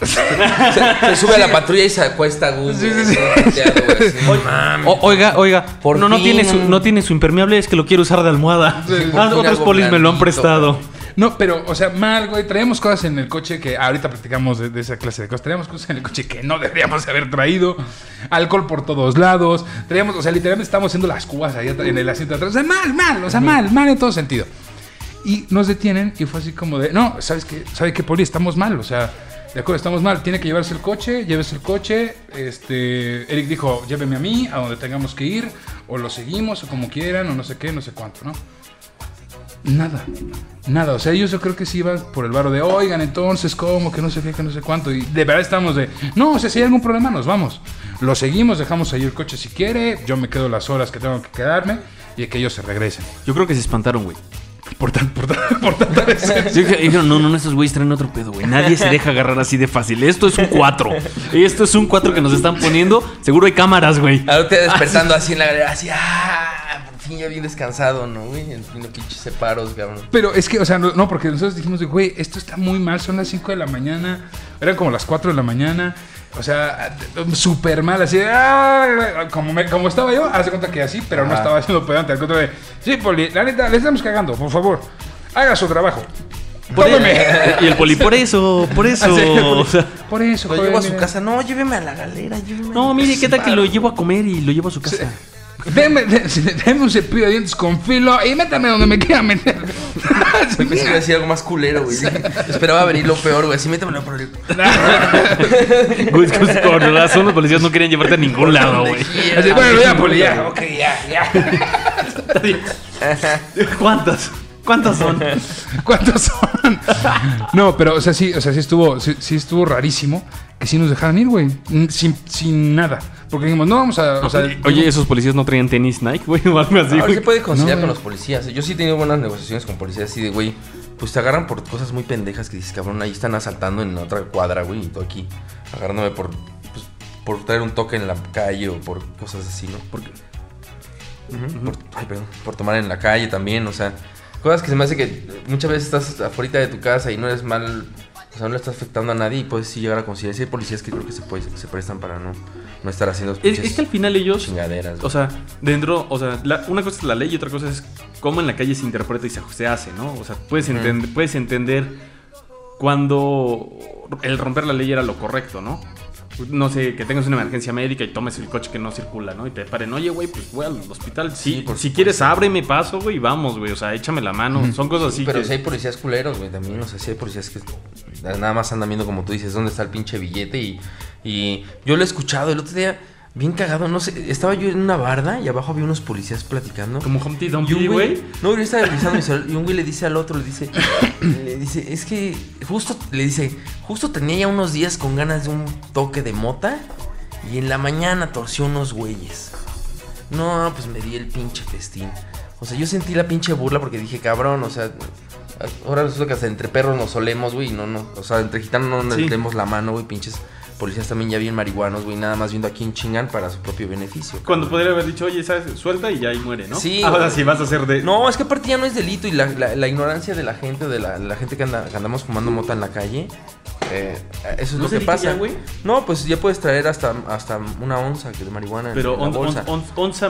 Speaker 3: Se sube a la patrulla y se acuesta Gus.
Speaker 1: Sí,
Speaker 3: güey,
Speaker 1: sí, sí.
Speaker 3: todo pateado, güey, así, Oh, no mames.
Speaker 7: oiga, oiga.
Speaker 3: Por
Speaker 7: no, no
Speaker 3: fin,
Speaker 7: tiene su,
Speaker 3: un-
Speaker 7: no tiene su impermeable, es que lo quiero usar de almohada.
Speaker 1: Sí, sí,
Speaker 3: por
Speaker 7: Ah,
Speaker 3: fin
Speaker 7: otros
Speaker 3: algo
Speaker 7: polis me lo han
Speaker 3: blandito,
Speaker 7: prestado.
Speaker 1: No, pero, o sea, mal, güey. Traíamos cosas en el coche que ahorita platicamos de, de esa clase de cosas. Traíamos cosas en el coche que no deberíamos haber traído. Alcohol por todos lados. Traíamos, o sea, literalmente estábamos haciendo las cubas ahí at- en el asiento de atrás. O sea, mal, mal, o sea, mal, mal en todo sentido. Y nos detienen y fue así como de, no, ¿sabes qué? ¿Sabes qué, Poli? Estamos mal, o sea, de acuerdo, estamos mal. Tiene que llevarse el coche, llévese el coche. Este, Eric dijo, lléveme a mí, a donde tengamos que ir, o lo seguimos, o como quieran, o no sé qué, no sé cuánto, ¿no? Nada, nada. O sea, ellos yo creo que sí iban por el barro de, oigan, entonces, ¿cómo? Que no sé qué, que no sé cuánto. Y de verdad estamos de, no, o sea, si hay algún problema, nos vamos. Lo seguimos, dejamos ahí el coche si quiere. Yo me quedo las horas que tengo que quedarme y que ellos se regresen.
Speaker 7: Yo creo que se espantaron, güey.
Speaker 1: Por, tan, por, tan- por tanta decencia.
Speaker 7: Dije- Dijeron, no, no, no, esos güeyes traen otro pedo, güey. Nadie se deja agarrar así de fácil. Esto es un 4. Esto es un 4 que nos están poniendo. Seguro hay cámaras, güey.
Speaker 3: Ahorita despertando así en la galería, así, ah, por fin ya bien descansado, ¿no, güey? En fin, no pinches separos, cabrón.
Speaker 1: Pero es que, o sea, no, no, porque nosotros dijimos, de, güey, esto está muy mal, son las 5 de la mañana, eran como las 4 de la mañana, o sea, súper mal, así, de, "Ah", como, me- como estaba yo, hace cuenta que así, pero no estaba haciendo pedante, al contrario de, sí, Poli, la neta, le estamos cagando, por favor, haga su trabajo.
Speaker 7: Por e-
Speaker 1: Tómeme.
Speaker 7: y el poli, por eso, por eso.
Speaker 1: Así,
Speaker 7: o sea,
Speaker 1: por eso,
Speaker 3: Lo
Speaker 1: joven,
Speaker 3: llevo a su
Speaker 1: mira.
Speaker 3: casa, no, lléveme a la galera, lléveme.
Speaker 7: no, mire, ¿qué tal que lo llevo a comer y lo llevo a su casa?
Speaker 1: Deme, de- deme un cepillo de dientes con filo y métame donde me quiera meter.
Speaker 3: Yo pensé que iba a decir algo más culero, güey. Esperaba venir lo peor, güey. Así métemelo por el.
Speaker 7: Güey, es que con razón los policías no querían llevarte a ningún lado, güey.
Speaker 1: Así, bueno, ya, Poli, ya.
Speaker 3: Ok, ya, ya.
Speaker 7: ¿Cuántas? ¿Cuántas son?
Speaker 1: ¿Cuántos son? No, pero, o sea, sí, o sea, sí estuvo, sí, sí estuvo rarísimo que sí nos dejaran ir, güey. Mm, Sin, sin nada. Porque dijimos, no vamos a. O sea,
Speaker 7: Oye, esos policías no traían tenis Nike, güey, o algo así,
Speaker 3: Ahora
Speaker 7: güey.
Speaker 3: se puede conciliar
Speaker 1: No,
Speaker 3: con
Speaker 1: güey.
Speaker 3: los policías. ¿eh? Yo sí he tenido buenas negociaciones con policías así de, güey, pues te agarran por cosas muy pendejas que dices, cabrón, ahí están asaltando en otra cuadra, güey, y tú aquí agarrándome por, pues, por traer un toque en la calle o por cosas así, ¿no? Porque, por, ay, perdón, por tomar en la calle también, o sea, cosas que se me hace que muchas veces estás afuera de tu casa y no eres mal, o sea, no le estás afectando a nadie y puedes sí llegar a conciliar. Sí hay policías que creo que se, puede- se prestan para no, no estar haciendo
Speaker 7: Es,
Speaker 3: pinches
Speaker 7: es que al final ellos,
Speaker 3: chingaderas.
Speaker 7: o sea, dentro, o sea, la- una cosa es la ley y otra cosa es cómo en la calle se interpreta y se, se hace, ¿no? O sea, puedes, enten- puedes entender
Speaker 2: cuando el romper la ley era lo correcto, ¿no? No sé, que tengas una emergencia médica y tomes el coche que no circula, ¿no? Y te paren, oye, güey, pues voy al hospital. Sí,
Speaker 3: Sí, por
Speaker 2: si
Speaker 3: supuesto.
Speaker 2: quieres, ábreme paso, güey, y vamos, güey. O sea, échame la mano. Son cosas así
Speaker 3: Pero
Speaker 2: que...
Speaker 3: si hay policías culeros, güey, también. O sea, si hay policías que nada más andan viendo, como tú dices, dónde está el pinche billete. Y, y yo lo he escuchado el otro día, bien cagado, no sé. Estaba yo en una barda y abajo había unos policías platicando.
Speaker 2: Como Humpty
Speaker 3: Y
Speaker 2: Dumpty,
Speaker 3: un güey.
Speaker 2: güey.
Speaker 3: No, yo estaba revisando mi celular y un güey le dice al otro, le dice, le dice, es que justo, le dice, justo tenía ya unos días con ganas de un toque de mota y en la mañana torció unos güeyes. No, pues me di el pinche festín. O sea, yo sentí la pinche burla porque dije, cabrón, o sea, ahora resulta que hasta entre perros nos solemos, güey, y no, no, o sea, entre gitanos no nos
Speaker 2: Sí.
Speaker 3: demos la mano, güey, pinches policías también ya bien marihuanos, güey, nada más viendo a quién chingan para su propio beneficio.
Speaker 2: Cuando podría haber dicho, oye, ¿sabes? Suelta y ya ahí muere, ¿no?
Speaker 3: Sí,
Speaker 2: Ahora
Speaker 3: güey.
Speaker 2: sí vas a hacer de...
Speaker 3: No, es que aparte ya no es delito y la, la- la ignorancia de la gente, de la, la gente que, anda- que andamos fumando mota en la calle, eh, eso es
Speaker 2: ¿No
Speaker 3: lo
Speaker 2: es
Speaker 3: que
Speaker 2: delito
Speaker 3: pasa.
Speaker 2: ya, güey?
Speaker 3: no, pues ya puedes traer hasta, hasta una onza de marihuana en-
Speaker 2: Pero
Speaker 3: en la
Speaker 2: on- on-
Speaker 3: bolsa.
Speaker 2: on- onza,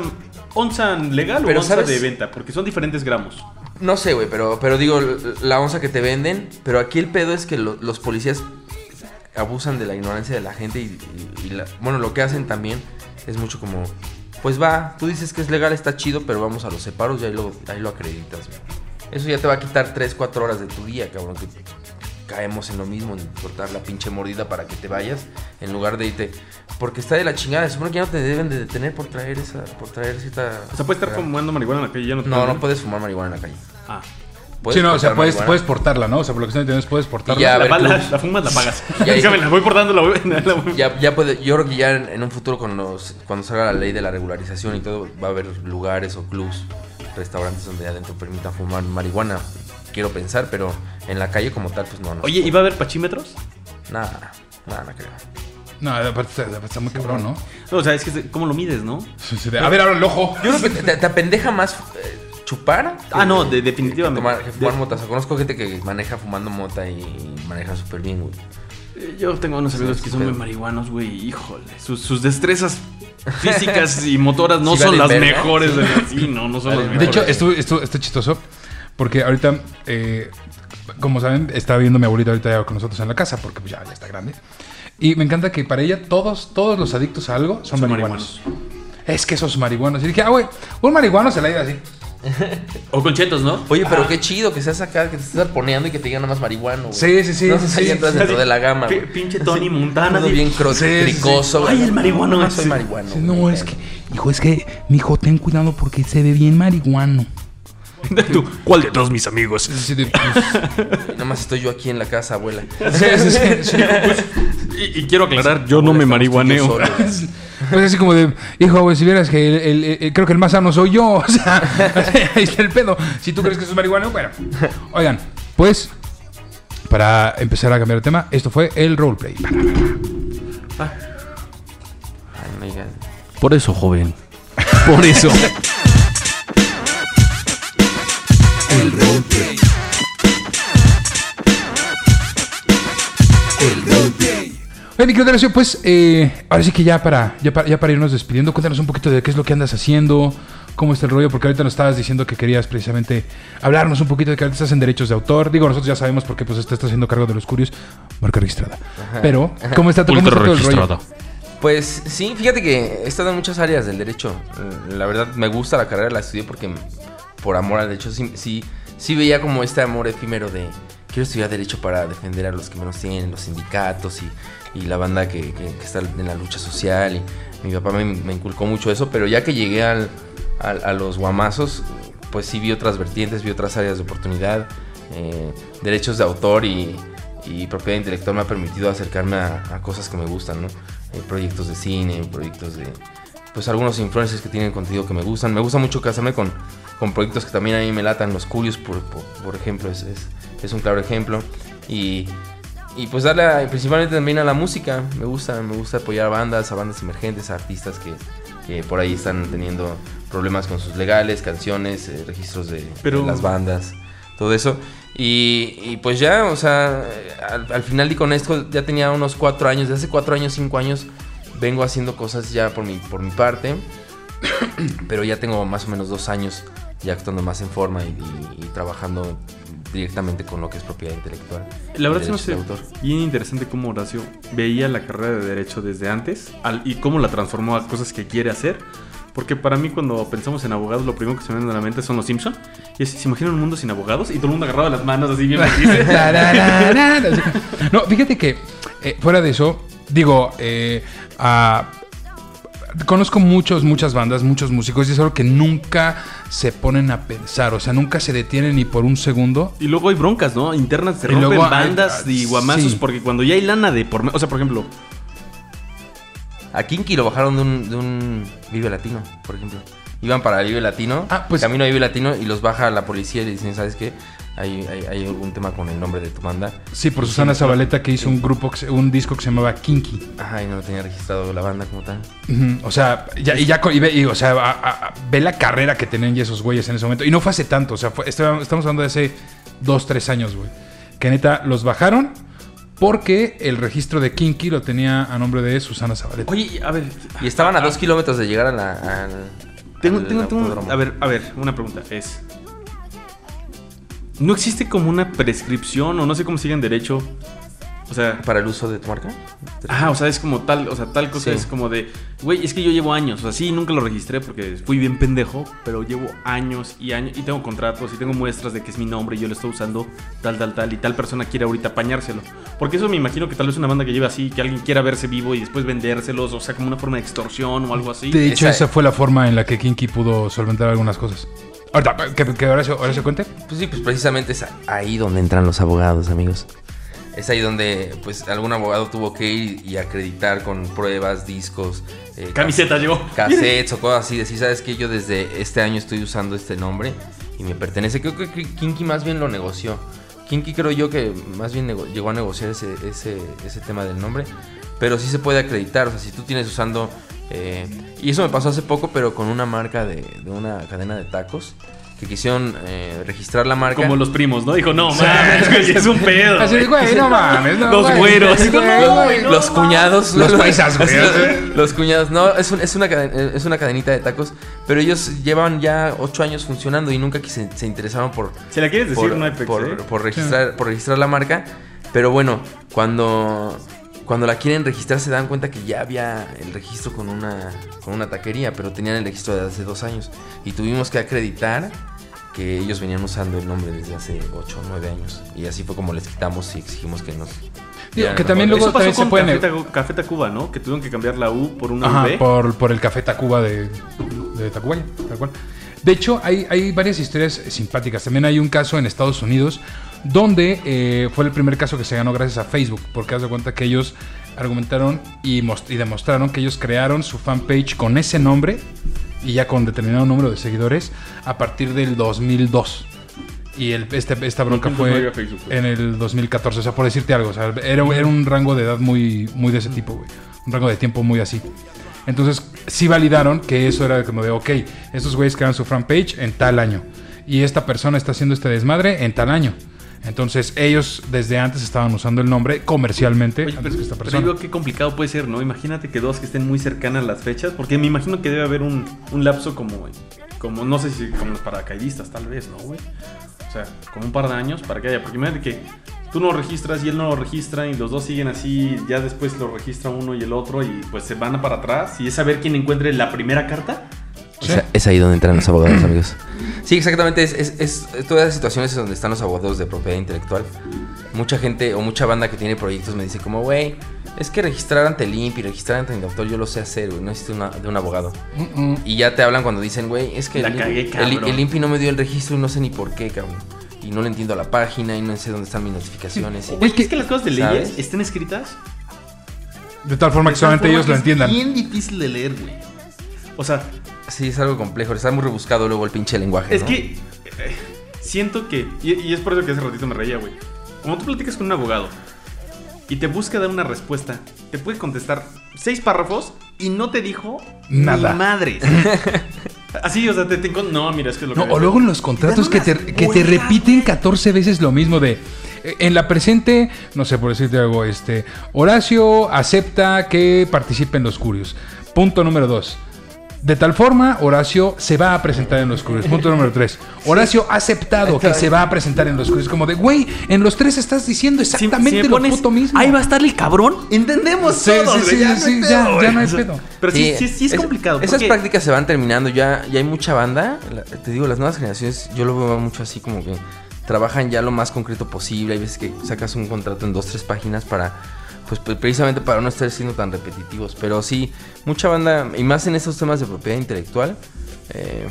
Speaker 2: onza legal
Speaker 3: Pero
Speaker 2: o onza
Speaker 3: ¿sabes?
Speaker 2: de venta, porque son diferentes gramos.
Speaker 3: No sé, güey, pero, pero digo, l- la onza que te venden, pero aquí el pedo es que lo- los policías abusan de la ignorancia de la gente y, y- y la- bueno, lo que hacen también es mucho como, pues va, tú dices que es legal, está chido, pero vamos a los separos y ahí lo, ahí lo acreditas, güey. Eso ya te va a quitar 3, 4 horas de tu día, cabrón, que caemos en lo mismo, en cortar la pinche mordida para que te vayas, en lugar de irte, porque está de la chingada, se supone que ya no te deben de detener por traer esa, por traer cierta...
Speaker 2: O sea, puedes estar fumando marihuana en la calle y ya no te
Speaker 3: No,
Speaker 2: ponen-
Speaker 3: no puedes fumar marihuana en la calle.
Speaker 2: Ah.
Speaker 3: Puedes
Speaker 1: Sí, no, o sea,
Speaker 3: portar
Speaker 1: puedes,
Speaker 3: marihuana.
Speaker 1: puedes portarla, ¿no? O sea, por lo que estoy entendiendo es puedes portarla.
Speaker 3: ya, A
Speaker 2: La,
Speaker 3: ver,
Speaker 2: pa- la-
Speaker 3: Cruz.
Speaker 2: la fumas, la pagas.
Speaker 3: Ya
Speaker 2: Dígame,
Speaker 3: hice.
Speaker 2: la voy portando, la voy... la voy-
Speaker 3: Ya, ya puede, yo creo que ya en, en un futuro cuando, nos- cuando salga la ley de la regularización y todo, va a haber lugares o clubs, restaurantes donde adentro permitan fumar marihuana. Quiero pensar, pero en la calle como tal, pues no, no.
Speaker 2: Oye, ¿y va a haber pachímetros?
Speaker 3: Nada, nada, no creo.
Speaker 1: No, aparte está, aparte está muy cabrón, ¿no?
Speaker 2: No, o sea, es que cómo lo mides, ¿no?
Speaker 1: Sí, sí, de- A ver, ahora el ojo.
Speaker 3: Yo creo que te, te apendeja más eh, chupar. que-
Speaker 2: Ah, no, de-
Speaker 3: que
Speaker 2: definitivamente.
Speaker 3: tomar- que fumar
Speaker 2: De-
Speaker 3: mota. O sea, conozco gente que maneja fumando mota y maneja súper bien, güey.
Speaker 2: Eh, Yo tengo unos amigos que son muy
Speaker 3: Pero-
Speaker 2: marihuanos, güey. Híjole, sus, sus destrezas físicas y motoras no
Speaker 3: Sí
Speaker 2: son
Speaker 3: valen
Speaker 2: las
Speaker 3: verga.
Speaker 2: mejores. de- Sí, no, no son las
Speaker 3: Valen
Speaker 1: De
Speaker 2: mejores.
Speaker 1: hecho, estuvo, estuvo, está chistoso porque ahorita, eh, como saben, está viendo mi abuelita ahorita ya con nosotros en la casa porque pues, ya, ya está grande. Y me encanta que para ella todos, todos los adictos a algo son,
Speaker 2: Son
Speaker 1: marihuanos. Es que esos marihuanos. Y dije, ah, güey, un marihuano se la iba así.
Speaker 2: O con chetos, ¿no?
Speaker 3: Oye,
Speaker 1: Ah.
Speaker 3: pero qué chido que seas acá, que te estés poneando y que te digan nada más marihuano, güey.
Speaker 1: Sí, sí, sí,
Speaker 3: No sé si
Speaker 1: sí,
Speaker 3: ahí
Speaker 1: sí,
Speaker 3: entras
Speaker 1: sí.
Speaker 3: dentro de la gama,
Speaker 2: Pi-
Speaker 3: güey.
Speaker 2: Pinche Tony Montana.
Speaker 3: Todo
Speaker 2: así.
Speaker 3: bien cro-
Speaker 1: Sí, sí, sí.
Speaker 3: cricoso, güey.
Speaker 2: Ay, el marihuano
Speaker 3: No,
Speaker 2: ese.
Speaker 3: soy marihuano.
Speaker 8: No,
Speaker 3: güey.
Speaker 8: es que, hijo, es que, mijo, ten cuidado porque se ve bien marihuano.
Speaker 7: Tú, ¿Cuál de todos mis amigos?
Speaker 1: Sí, de- pues,
Speaker 3: Nada más estoy yo aquí en la casa, abuela.
Speaker 1: sí, sí, sí, sí.
Speaker 2: Y, y quiero aclarar, yo no
Speaker 3: Abuela,
Speaker 2: me
Speaker 3: estamos tú y
Speaker 2: marihuaneo.
Speaker 3: yo solos.
Speaker 1: Pues así como de, hijo, güey, si vieras que el- el- el- creo que el más sano soy yo. O sea, ahí está el pedo. Si tú crees que eso es marihuana, bueno. Oigan, pues, para empezar a cambiar de tema, esto fue el roleplay.
Speaker 3: Ay, no digas.
Speaker 7: Por eso, joven. Por eso.
Speaker 1: Oye, mi querido Horacio, pues, eh, ahora sí que ya para, ya, para, ya para irnos despidiendo, cuéntanos un poquito de qué es lo que andas haciendo, cómo está el rollo, porque ahorita nos estabas diciendo que querías precisamente hablarnos un poquito de que ahorita estás en derechos de autor. Digo, nosotros ya sabemos por qué pues te estás haciendo cargo de los curios, marca registrada. Pero, ¿cómo está, tu cómo está todo el rollo?
Speaker 3: Pues sí, fíjate que he estado en muchas áreas del derecho. Eh, La verdad me gusta la carrera, la estudié porque por amor al derecho sí, sí, sí veía como este amor efímero de quiero estudiar derecho para defender a los que menos tienen, los sindicatos y, y la banda que, que- que está en la lucha social. Y mi papá me, me inculcó mucho eso, pero ya que llegué al- al- a los guamazos, pues sí vi otras vertientes, vi otras áreas de oportunidad, eh, derechos de autor y, y propiedad intelectual me ha permitido acercarme a, a cosas que me gustan, ¿no? Eh, proyectos de cine, proyectos de... Pues algunos influencers que tienen contenido que me gustan. Me gusta mucho casarme con, con proyectos que también a mí me latan. Los Curios, por, por- por ejemplo, es, es- es un claro ejemplo. Y, y pues darle a- principalmente también a la música. Me gusta, me gusta apoyar a bandas, a bandas emergentes, a artistas que, que por ahí están teniendo problemas con sus legales, canciones, eh, registros de, de
Speaker 2: Pero-
Speaker 3: las bandas, todo eso. Y, y pues ya, o sea, al, al final de Iconesco ya tenía unos cuatro años, de hace cuatro años, cinco años, vengo haciendo cosas ya por mi, por mi parte, pero ya tengo más o menos dos años ya actuando más en forma y, y- y trabajando directamente con lo que es propiedad intelectual.
Speaker 2: La verdad se me
Speaker 3: derechos
Speaker 2: hace
Speaker 3: de autor.
Speaker 2: bien interesante cómo Horacio veía la carrera de Derecho desde antes al- y cómo la transformó a cosas que quiere hacer. Porque para mí cuando pensamos en abogados, lo primero que se me viene a la mente son los Simpson. Y es, se imaginan un mundo sin abogados y todo el mundo agarrado de las manos así bien felices.
Speaker 1: No, fíjate que eh, fuera de eso, digo, eh, ah, conozco muchos, muchas bandas, muchos músicos y es algo que nunca se ponen a pensar, o sea, nunca se detienen ni por un segundo.
Speaker 2: Y luego hay broncas, ¿no? Internas, se
Speaker 1: Y luego
Speaker 2: rompen
Speaker 1: hay-
Speaker 2: bandas y guamazos.
Speaker 1: sí.
Speaker 2: Porque cuando ya hay lana de por... me- O sea, por ejemplo,
Speaker 3: A Kinky lo bajaron de un, de un Vive Latino, por ejemplo. Iban para el Vive Latino,
Speaker 1: Ah, pues-
Speaker 3: camino a Vive Latino y los baja la policía y le dicen, ¿sabes qué? Hay, hay, hay algún tema con el nombre de tu banda.
Speaker 1: Sí, por Susana Zabaleta que hizo un grupo, que se- un disco que se llamaba Kinky.
Speaker 3: Ajá, y no lo tenía registrado la banda como tal.
Speaker 1: Ujú, O sea, ya, y ya co- y ve, y, o sea, a- a- a- ve la carrera que tenían ya esos güeyes en ese momento. Y no fue hace tanto, o sea, fue- estaba- estamos hablando de hace dos, tres años, güey. Que neta, los bajaron porque el registro de Kinky lo tenía a nombre de Susana Zabaleta.
Speaker 2: oye, a ver,
Speaker 3: Y estaban a dos kilómetros de llegar a la, al.
Speaker 2: tengo,
Speaker 3: al
Speaker 2: tengo, tengo,
Speaker 3: autódromo.
Speaker 2: a ver, a ver, una pregunta es, ¿no existe como una prescripción o no sé cómo sigue en derecho? O sea,
Speaker 3: ¿Para el uso de tu marca?
Speaker 2: Ajá, o sea, es como tal, o sea, tal cosa
Speaker 3: Sí.
Speaker 2: es como de, güey, es que yo llevo años, o sea, sí, nunca lo registré porque fui bien pendejo, pero llevo años y años y tengo contratos y tengo muestras de que es mi nombre y yo lo estoy usando tal, tal, tal y tal persona quiere ahorita apañárselo. Porque eso me imagino que tal vez una banda que lleve así, que alguien quiera verse vivo y después vendérselos, o sea, como una forma de extorsión o algo así.
Speaker 1: De hecho,
Speaker 3: Esa-
Speaker 1: esa fue la forma en la que Kinky pudo solventar algunas cosas. Ahorita, que, que ahora, se, ahora se cuente.
Speaker 3: Pues sí, pues precisamente es ahí donde entran los abogados, amigos. Es ahí donde, pues, algún abogado tuvo que ir y acreditar con pruebas, discos, eh,
Speaker 2: Camiseta llegó.
Speaker 3: cassettes o cosas así. Decir, ¿sabes qué? Yo desde este año estoy usando este nombre y me pertenece. Creo que Kinky más bien lo negoció. Kinky creo yo que más bien nego- llegó a negociar ese, ese, ese tema del nombre. Pero sí se puede acreditar. O sea, si tú tienes usando... eh, y eso me pasó hace poco, pero con una marca de, de una cadena de tacos. Que quisieron eh, registrar la marca.
Speaker 2: Como los primos, ¿no? Dijo, no, mames, güey, es un pedo.
Speaker 1: Así de, güey, no mames. no,
Speaker 2: Los
Speaker 1: güey,
Speaker 2: güeros.
Speaker 1: güey,
Speaker 3: Los-
Speaker 1: güey.
Speaker 3: los cuñados.
Speaker 1: Los paisas, güey. ¿eh?
Speaker 3: Los, los cuñados. No, es, un- es, una caden- eh, es una cadenita de tacos. Pero ellos llevan ya ocho años funcionando y nunca que se, se interesaron por,
Speaker 2: Si la quieres decir,
Speaker 3: por,
Speaker 2: no hay pex,
Speaker 3: por-
Speaker 2: ¿eh?
Speaker 3: por registrar, por registrar la marca. Pero bueno, cuando, cuando la quieren registrar se dan cuenta que ya había el registro con una, con una taquería, pero tenían el registro de hace dos años. Y tuvimos que acreditar que ellos venían usando el nombre desde hace ocho o nueve años. Y así fue como les quitamos y exigimos que nos...
Speaker 1: Digo,
Speaker 3: dieran
Speaker 1: que
Speaker 3: el
Speaker 1: también
Speaker 3: nombre.
Speaker 1: luego
Speaker 2: Eso pasó
Speaker 1: también se
Speaker 2: con
Speaker 1: pueden-
Speaker 2: Café, Tacu- Café Tacuba, ¿no? Que tuvieron que cambiar la U por una
Speaker 1: Ajá,
Speaker 2: V.
Speaker 1: por, por el café Tacuba de, de Tacubaya, tal cual. De hecho, hay, hay varias historias simpáticas. También hay un caso en Estados Unidos donde eh, fue el primer caso que se ganó gracias a Facebook, porque haz de cuenta que ellos argumentaron y, mos- y demostraron que ellos crearon su fanpage con ese nombre y ya con determinado número de seguidores a partir del 2002. Y el, este, esta bronca
Speaker 2: ¿Cuántos no
Speaker 1: fue
Speaker 2: había Facebook, pues. güey?
Speaker 1: en el 2014, o sea, por decirte algo, o sea, era, era un rango de edad muy, muy de ese tipo, güey. Un rango de tiempo muy así. Entonces, sí validaron que eso era como de, ok, estos güeyes crean su fanpage en tal año. Y esta persona está haciendo este desmadre en tal año. Entonces, ellos desde antes estaban usando el nombre comercialmente
Speaker 2: Oye,
Speaker 1: antes
Speaker 2: pero,
Speaker 1: que esta
Speaker 2: pero
Speaker 1: persona.
Speaker 2: digo, qué complicado puede ser, ¿no? Imagínate que dos que estén muy cercanas las fechas, porque me imagino que debe haber un, un lapso como, como, no sé si como los paracaidistas, tal vez, ¿no, güey? O sea, como un par de años para que haya, porque imagínate que tú no lo registras y él no lo registra y los dos siguen así, ya después lo registra uno y el otro y pues se van para atrás y es saber quién encuentre la primera carta.
Speaker 1: Sí.
Speaker 3: O sea, es ahí donde entran los abogados, amigos. Sí, exactamente. Es, es- es- todas las situaciones es donde están los abogados de propiedad intelectual. Mucha gente o mucha banda que tiene proyectos me dice como, güey, es que registrar ante el INPI, registrar ante el doctor, yo lo sé hacer, güey. No existe una, de un abogado.
Speaker 1: Mm, mm.
Speaker 3: Y ya te hablan cuando dicen, güey, es que
Speaker 2: La
Speaker 3: el, INPI-
Speaker 2: cagué,
Speaker 3: el-
Speaker 2: cabrón.
Speaker 3: el INPI no me dio el registro y no sé ni por qué, cabrón. Y no le entiendo la página y no sé dónde están mis notificaciones. y-
Speaker 2: Güey, es, que, las cosas de leyes
Speaker 3: ¿Sabes?
Speaker 2: estén escritas.
Speaker 1: De tal forma que solamente ellos lo entiendan.
Speaker 2: Es bien difícil de leer, güey. O sea,
Speaker 3: Sí, es algo complejo. Está muy rebuscado luego el pinche lenguaje.
Speaker 2: Es
Speaker 3: ¿no?
Speaker 2: que eh, siento que, y, y es por eso que hace ratito me reía, güey. Cuando tú platicas con un abogado y te busca dar una respuesta, te puede contestar seis párrafos y no te dijo ni
Speaker 1: Nada.
Speaker 2: madre. Así, o sea, te, te encon- No, mira, es que es lo
Speaker 1: No,
Speaker 2: que.
Speaker 1: o luego en los contratos que te, que te repiten 14 veces lo mismo de... eh, En la presente, no sé, por decirte algo, este... Horacio acepta que participen los curios. Punto número 2. De tal forma, Horacio se va a presentar en los cruces. Punto número 3. Horacio ha aceptado que se va a presentar en los cruces. Como de, güey, en los tres estás diciendo
Speaker 7: Si- si me
Speaker 1: exactamente lo
Speaker 7: pones,
Speaker 1: puto mismo.
Speaker 7: Ahí va a estar el cabrón.
Speaker 3: Entendemos
Speaker 1: Sí,
Speaker 3: todos,
Speaker 1: sí,
Speaker 3: güey,
Speaker 1: sí,
Speaker 3: ya no
Speaker 1: sí,
Speaker 3: hay pedo,
Speaker 1: ya,
Speaker 3: güey.
Speaker 1: ya no hay pedo.
Speaker 2: Pero sí, sí, sí es,
Speaker 3: es-
Speaker 2: complicado.
Speaker 3: Esas
Speaker 2: porque-
Speaker 3: prácticas se van terminando. Ya, ya hay mucha banda. la- te digo, las nuevas generaciones, yo lo veo mucho así como que trabajan ya lo más concreto posible. Hay veces que sacas un contrato en dos, tres páginas para. Pues pre- precisamente para no estar siendo tan repetitivos. Pero sí, mucha banda, y más en esos temas de propiedad intelectual, eh,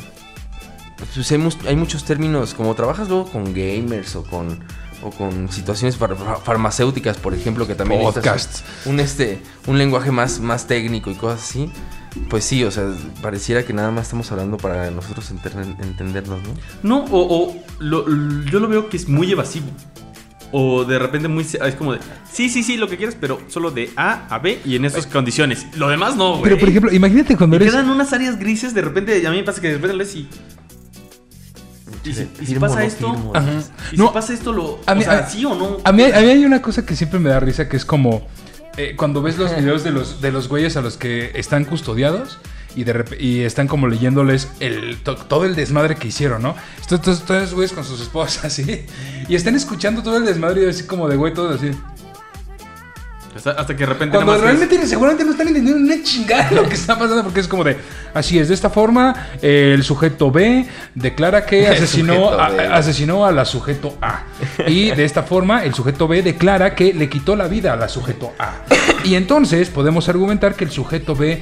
Speaker 3: pues hay, mus- hay muchos términos, como trabajas luego con gamers o con, o con situaciones far- far- farmacéuticas, por ejemplo, que también necesitas
Speaker 1: Podcasts.
Speaker 3: Un, este, un lenguaje más, más técnico y cosas así. Pues sí, o sea, pareciera que nada más estamos hablando para nosotros enter- entendernos, ¿no?
Speaker 2: No, o, o lo- l- yo lo veo que es muy evasivo. O de repente muy se- es como de sí, sí, sí, lo que quieras, pero solo de A a B y en estas condiciones. Lo demás no, güey.
Speaker 1: Pero, por ejemplo, imagínate cuando
Speaker 2: Y
Speaker 1: eres...
Speaker 2: quedan unas áreas grises, de repente a mí me pasa que de repente lees y y si, y si
Speaker 3: Firmo,
Speaker 2: pasa
Speaker 3: no
Speaker 2: esto,
Speaker 3: firmo.
Speaker 1: Ajá.
Speaker 2: y
Speaker 1: No,
Speaker 2: si pasa esto lo
Speaker 1: a mí-
Speaker 2: o sea,
Speaker 1: a-
Speaker 2: sí o no.
Speaker 1: A mí, a mí hay una cosa que siempre me da risa que es como eh, cuando ves los videos de los, de los güeyes a los que están custodiados y, de rep- y están como leyéndoles el, to- todo el desmadre que hicieron, ¿no? Estos, estos, todos esos güeyes con sus esposas, ¿sí? Y están escuchando todo el desmadre y así como de güey, todo así.
Speaker 2: hasta, hasta que de repente
Speaker 1: Cuando
Speaker 2: nada más
Speaker 1: realmente seguramente no están entendiendo una chingada lo que está pasando porque es como de, así es, de esta forma eh, el sujeto B declara que
Speaker 3: El
Speaker 1: asesinó
Speaker 3: sujeto
Speaker 1: a,
Speaker 3: B.
Speaker 1: asesinó a la sujeto A. Y de esta forma el sujeto B declara que le quitó la vida a la sujeto A. Y entonces podemos argumentar que el sujeto B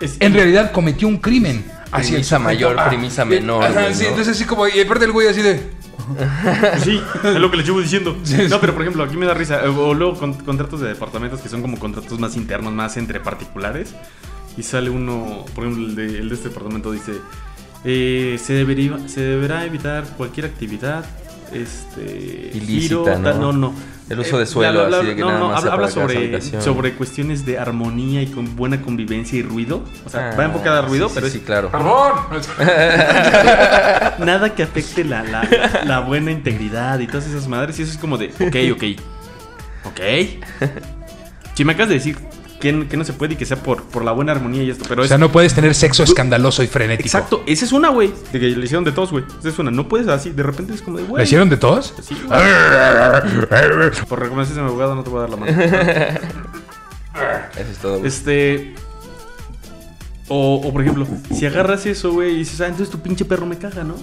Speaker 2: es-
Speaker 1: en realidad cometió un crimen. hacia el
Speaker 3: Premisa
Speaker 1: sujeto
Speaker 3: mayor,
Speaker 1: A. Eh,
Speaker 3: premisa menor,
Speaker 1: Ajá,
Speaker 3: güey,
Speaker 1: sí,
Speaker 3: ¿no?
Speaker 1: entonces así como, y aparte el güey así de...
Speaker 2: Pues Sí, es lo que les llevo diciendo.
Speaker 1: Sí, sí.
Speaker 2: No, pero por ejemplo, aquí me da risa. Eh, O luego con- contratos de departamentos que son como contratos más internos, más entre particulares. Y sale uno, por ejemplo, el de, el de este departamento dice: eh, se, debería, se deberá evitar cualquier actividad. Este,
Speaker 3: Ilícita, ¿no?
Speaker 2: tal- no, Eh, no.
Speaker 3: El uso de
Speaker 2: bla,
Speaker 3: suelo,
Speaker 2: bla, bla,
Speaker 3: así de que
Speaker 2: no,
Speaker 3: nada
Speaker 2: no,
Speaker 3: más sea
Speaker 2: habla, habla
Speaker 3: para la
Speaker 2: sobre,
Speaker 3: habitación.
Speaker 2: sobre cuestiones de armonía y con buena convivencia y ruido. O sea,
Speaker 3: Ah,
Speaker 2: va enfocada a ruido,
Speaker 3: sí,
Speaker 2: pero
Speaker 3: sí, sí,
Speaker 2: es
Speaker 3: claro.
Speaker 2: nada que afecte la, la- la buena integridad y todas esas madres. Y eso es como de, ok, ok. Ok. Si me acabas de decir que, que no se puede y que sea por, por la buena armonía y esto, pero
Speaker 1: O
Speaker 2: es.
Speaker 1: sea, no puedes tener sexo escandaloso y frenético.
Speaker 2: Exacto, esa es una, güey. De que le hicieron de todos, güey. Esa es una. No puedes así. De repente es como de,
Speaker 1: ¿La
Speaker 2: güey.
Speaker 1: hicieron de todos?
Speaker 2: Sí, güey. Por recomendaciones de mi abogado no te voy a dar la mano.
Speaker 3: Eso es todo. güey.
Speaker 2: Este. O, o por ejemplo, si agarras eso, güey, y dices, ah, entonces tu pinche perro me caga, ¿no?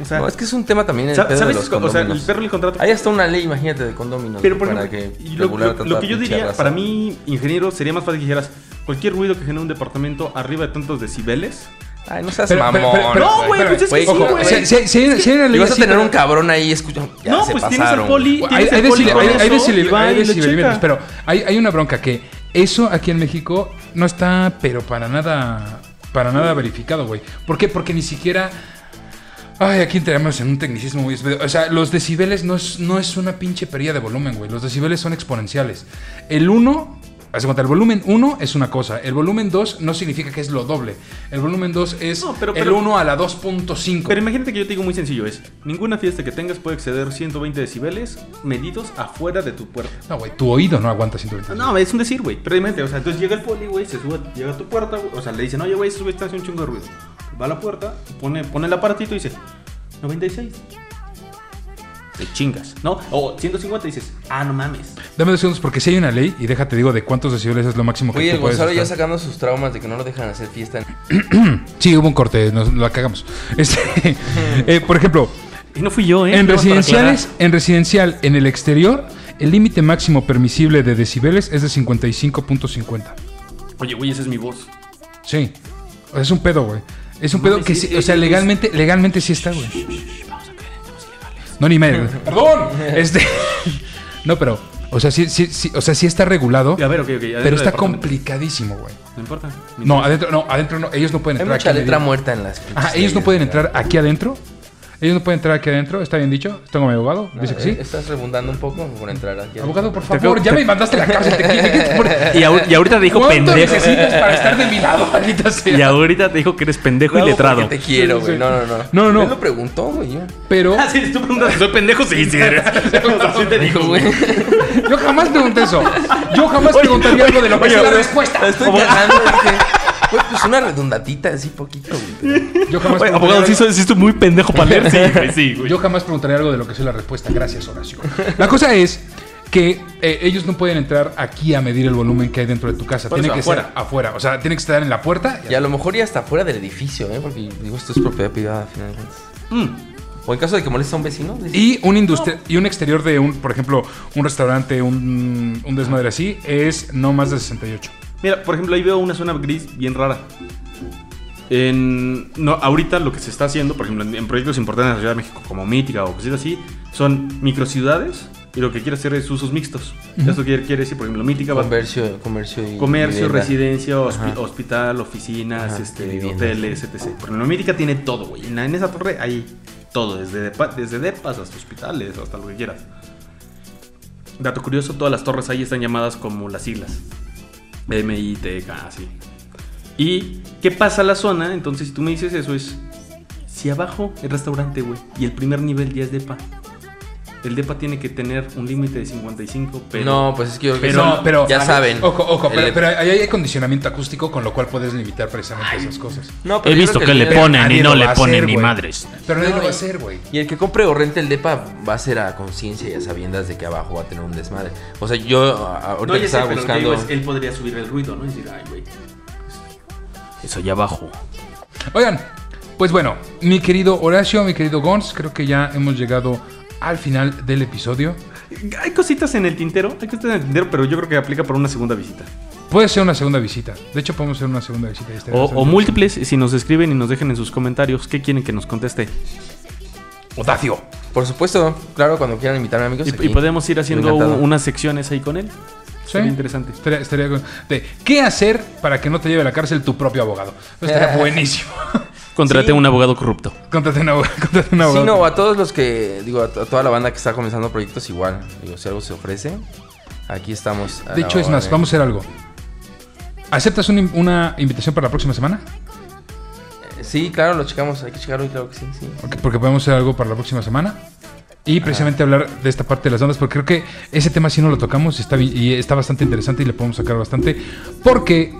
Speaker 2: O sea,
Speaker 3: no, es que es un tema también el
Speaker 2: sa-
Speaker 3: pedo de
Speaker 2: ¿sabes?
Speaker 3: los
Speaker 2: o sea, el
Speaker 3: condóminos.
Speaker 2: perro le contrato.
Speaker 3: Hay hasta una ley, imagínate, de condóminos.
Speaker 2: Pero por
Speaker 3: güey,
Speaker 2: ejemplo,
Speaker 3: para
Speaker 2: y
Speaker 3: que
Speaker 2: lo,
Speaker 3: regular
Speaker 2: lo- lo
Speaker 3: tanta
Speaker 2: que yo
Speaker 3: pinche
Speaker 2: diría,
Speaker 3: raza.
Speaker 2: para mí, ingeniero, sería más fácil que dijeras cualquier ruido que genere un departamento arriba de tantos decibeles.
Speaker 3: Ay, no seas
Speaker 1: Pero-
Speaker 3: mamón.
Speaker 1: pero- pero- pero-
Speaker 2: No, güey, pues es que
Speaker 3: Güey,
Speaker 2: sí,
Speaker 3: ojo,
Speaker 2: güey.
Speaker 3: o sea,
Speaker 1: Si, si- si- si hay una
Speaker 3: Y
Speaker 1: ley
Speaker 3: vas a
Speaker 1: así,
Speaker 3: tener
Speaker 1: pero-
Speaker 3: un cabrón ahí escuchando. Ya
Speaker 2: no,
Speaker 3: se
Speaker 2: pues tienes el
Speaker 3: pasaron,
Speaker 2: poli,
Speaker 3: güey.
Speaker 2: tienes
Speaker 1: Hay, hay,
Speaker 2: el poli
Speaker 1: decibel-
Speaker 2: con
Speaker 1: hay- hay
Speaker 2: eso, y
Speaker 1: decibel-
Speaker 2: va
Speaker 1: hay
Speaker 2: y lo
Speaker 1: decibelímetros,
Speaker 2: checa.
Speaker 1: pero hay, hay una bronca que eso aquí en México no está, pero para nada, para nada verificado, güey. ¿Por qué? Porque ni siquiera. Ay, aquí entramos en un tecnicismo muy espeso. O sea, los decibeles no es, no es una pinche perilla de volumen, güey. Los decibeles son exponenciales. El 1, hace cuenta, el volumen 1 es una cosa. El volumen 2 no significa que es lo doble. El volumen 2 es
Speaker 2: No, pero-
Speaker 1: el
Speaker 2: pero-
Speaker 1: 1 a la 2.5.
Speaker 2: Pero imagínate que yo te digo muy sencillo, es ninguna fiesta que tengas puede exceder 120 decibeles medidos afuera de tu puerta.
Speaker 1: No, güey, tu oído no aguanta 120.
Speaker 2: No, es un decir, güey. Pero imagínate, o sea, entonces llega el poli, güey, se sube, llega a tu puerta, güey, o sea, le dicen, oye, güey, se sube, está haciendo un chingo de ruido. Va a la puerta, pone, pone el aparatito y dice, 96. Te chingas, ¿no? O 150 y dices, ah, no mames.
Speaker 1: Dame dos segundos porque si hay una ley y déjate digo de cuántos decibeles es lo máximo que
Speaker 3: Oye,
Speaker 1: tú
Speaker 3: el
Speaker 1: puedes
Speaker 3: Gonzalo ya
Speaker 1: estar.
Speaker 3: sacando sus traumas de que no lo dejan hacer fiesta.
Speaker 1: Sí, hubo un corte, nos la cagamos. Este, eh, por ejemplo,
Speaker 7: Y no fui yo, ¿eh?
Speaker 1: en
Speaker 7: Nada más para
Speaker 1: residenciales, en residencial, en el exterior, el límite máximo permisible de decibeles es de 55.50.
Speaker 2: Oye, güey, esa es mi voz.
Speaker 1: Sí. O sea, es un pedo, güey. Es un pedo
Speaker 2: Mames,
Speaker 1: que
Speaker 2: sí,
Speaker 1: sí, o sea,
Speaker 2: eh, eh,
Speaker 1: legalmente, legalmente sí está, güey. No, ni medio. Perdón. Este. No, pero. O sea, sí, sí, sí, o sea, sí está regulado.
Speaker 2: Y A ver, ok, ok.
Speaker 1: Pero está
Speaker 2: complicado.
Speaker 1: complicadísimo, güey.
Speaker 2: No importa.
Speaker 1: No, adentro, no, adentro no. Ellos no pueden
Speaker 3: Hay
Speaker 1: entrar
Speaker 3: mucha
Speaker 1: aquí.
Speaker 3: letra
Speaker 1: me dijo.
Speaker 3: muerta en las pinches
Speaker 1: Ajá, ellos
Speaker 3: leyes,
Speaker 1: no pueden
Speaker 3: ¿verdad?
Speaker 1: entrar aquí adentro. Ellos no pueden entrar aquí adentro. ¿Está bien dicho? Tengo a mi abogado.
Speaker 3: No,
Speaker 1: Dice que
Speaker 3: eh,
Speaker 1: sí.
Speaker 3: Estás rebundando un poco por entrar aquí.
Speaker 1: Abogado, por
Speaker 7: acabo-
Speaker 1: favor, ya me mandaste a la cárcel. Te quito,
Speaker 7: aclarar.
Speaker 1: por-
Speaker 7: Y, ahor- y ahorita te dijo
Speaker 1: ¿Cuánto
Speaker 7: pendejo.
Speaker 1: necesitas para estar de mi lado, maldita sea?
Speaker 7: Y ahorita te dijo que eres pendejo
Speaker 3: Lo
Speaker 7: y
Speaker 3: hago
Speaker 7: letrado.
Speaker 3: porque Te quiero, güey. No, no, no.
Speaker 1: No, no.
Speaker 3: Él lo preguntó, güey. yo.
Speaker 1: Pero
Speaker 2: Ah, sí, tú preguntas, ¿soy pendejo? Sí, sí, eres. O sea, sí te digo, güey.
Speaker 1: yo jamás pregunté eso. Yo jamás preguntaría algo de lo que
Speaker 7: oye,
Speaker 1: sea la
Speaker 7: oye.
Speaker 1: respuesta.
Speaker 3: Estoy cagando. dije, Güey, pues una redondatita, así poquito, güey. pero-
Speaker 1: Yo jamás,
Speaker 7: Güey,
Speaker 1: preguntaría
Speaker 7: abogado, sí,
Speaker 1: algo-
Speaker 7: soy- sí estoy muy pendejo para leer. Sí, güey, sí, güey.
Speaker 1: Pues yo jamás preguntaría algo de lo que soy la respuesta. Gracias, Horacio. La cosa es que eh, ellos no pueden entrar aquí a medir el volumen que hay dentro de tu casa.
Speaker 3: Por
Speaker 1: Tiene
Speaker 3: eso,
Speaker 1: que
Speaker 3: afuera.
Speaker 1: estar afuera. O sea, tiene que estar en la puerta.
Speaker 3: Y a lo mejor ya hasta fuera del edificio, ¿eh? Porque digo, esto es propiedad privada, al final de cuentas.
Speaker 2: Mm.
Speaker 3: O en caso de que moleste a un vecino. dices,
Speaker 1: Y un industria y un exterior de un, por ejemplo, un restaurante, un, un desmadre así, es no más de 68.
Speaker 2: Mira, por ejemplo, ahí veo una zona gris bien rara. En, no, ahorita lo que se está haciendo, por ejemplo, en, en proyectos importantes de la Ciudad de México, como Mítica o cositas así, son microciudades y lo que quiere hacer es usos mixtos. Esto quiere, quiere decir, por ejemplo, Mítica va
Speaker 3: Comercio, comercio y.
Speaker 2: comercio,
Speaker 3: vivienda.
Speaker 2: residencia, hospi-
Speaker 3: Ajá.
Speaker 2: hospital, oficinas,
Speaker 3: Ajá,
Speaker 2: este,
Speaker 3: y viviendas.
Speaker 2: hoteles, etc. Por ejemplo, Mítica tiene todo, güey. En, la- en esa torre hay todo, desde, depa- desde depas hasta hospitales, hasta lo que quieras. Dato curioso, todas las torres ahí están llamadas como las siglas. MI, TK, así. ¿Y qué pasa a la zona? Entonces, si tú me dices eso, es. Si abajo el restaurante, güey, y el primer nivel ya es DEPA. El DEPA tiene que tener un límite de 55, pero.
Speaker 3: No, pues es que yo creo que
Speaker 2: Pero-
Speaker 3: eso
Speaker 1: no, pero
Speaker 3: ya
Speaker 1: a ver,
Speaker 3: saben.
Speaker 1: Ojo, ojo, pero,
Speaker 3: El- em-
Speaker 1: pero ahí hay acondicionamiento acústico con lo cual puedes limitar precisamente esas cosas.
Speaker 3: No, pero
Speaker 7: He
Speaker 3: yo
Speaker 7: visto
Speaker 3: creo
Speaker 7: que le
Speaker 3: el-
Speaker 7: ponen
Speaker 1: nadie
Speaker 7: y no
Speaker 1: lo
Speaker 7: le
Speaker 1: va a
Speaker 7: ponen
Speaker 1: hacer,
Speaker 7: ni
Speaker 1: güey.
Speaker 7: madres.
Speaker 1: Pero nadie lo va
Speaker 3: y-
Speaker 1: a hacer, güey.
Speaker 3: Y el que compre o rente el depa va a ser a conciencia y a sabiendas de que abajo va a tener un desmadre. O sea, yo a- ahorita
Speaker 2: No,
Speaker 3: que
Speaker 2: ya sé,
Speaker 3: estaba
Speaker 2: pero lo que
Speaker 3: buscando.
Speaker 2: digo es, él podría subir el ruido, ¿no? Y decir, ay, güey.
Speaker 7: Eso allá abajo.
Speaker 1: Oigan, pues bueno, mi querido Horacio, mi querido Gons, creo que ya hemos llegado al final del episodio.
Speaker 2: Hay cositas en el tintero, hay cositas en el tintero, pero yo creo que aplica para una segunda visita.
Speaker 1: Puede ser una segunda visita. De hecho, podemos hacer una segunda visita. Ahí estaría
Speaker 2: O,
Speaker 1: bastante
Speaker 2: o múltiples, si nos escriben y nos dejan en sus comentarios qué quieren que nos conteste.
Speaker 1: Audacio.
Speaker 3: Por supuesto, claro, cuando quieran invitarme, amigos.
Speaker 2: Y,
Speaker 3: aquí.
Speaker 2: y podemos ir haciendo
Speaker 3: Encantado.
Speaker 2: un- unas secciones ahí con él. Sería interesante.
Speaker 1: Estaría, estaría con- de, ¿Qué hacer para que no te lleve a la cárcel tu propio abogado? Eso Estaría buenísimo.
Speaker 7: Contraté un abogado corrupto.
Speaker 1: Contrate un abogado. contrate un
Speaker 3: Sí,
Speaker 1: abogado.
Speaker 3: no, a todos los que. Digo, a, to- a toda la banda que está comenzando proyectos, igual. Digo, si algo se ofrece, aquí estamos. a
Speaker 1: de
Speaker 3: la
Speaker 1: hecho, es más,
Speaker 3: orden.
Speaker 1: vamos a hacer algo. ¿Aceptas un in- una invitación para la próxima semana?
Speaker 3: Sí, claro, lo checamos. Hay que checarlo, y claro que sí. sí.
Speaker 1: Ok, Porque podemos hacer algo para la próxima semana. Y precisamente hablar de esta parte de las bandas, porque creo que ese tema sí no lo tocamos y está, bi- y está bastante interesante y le podemos sacar bastante. Porque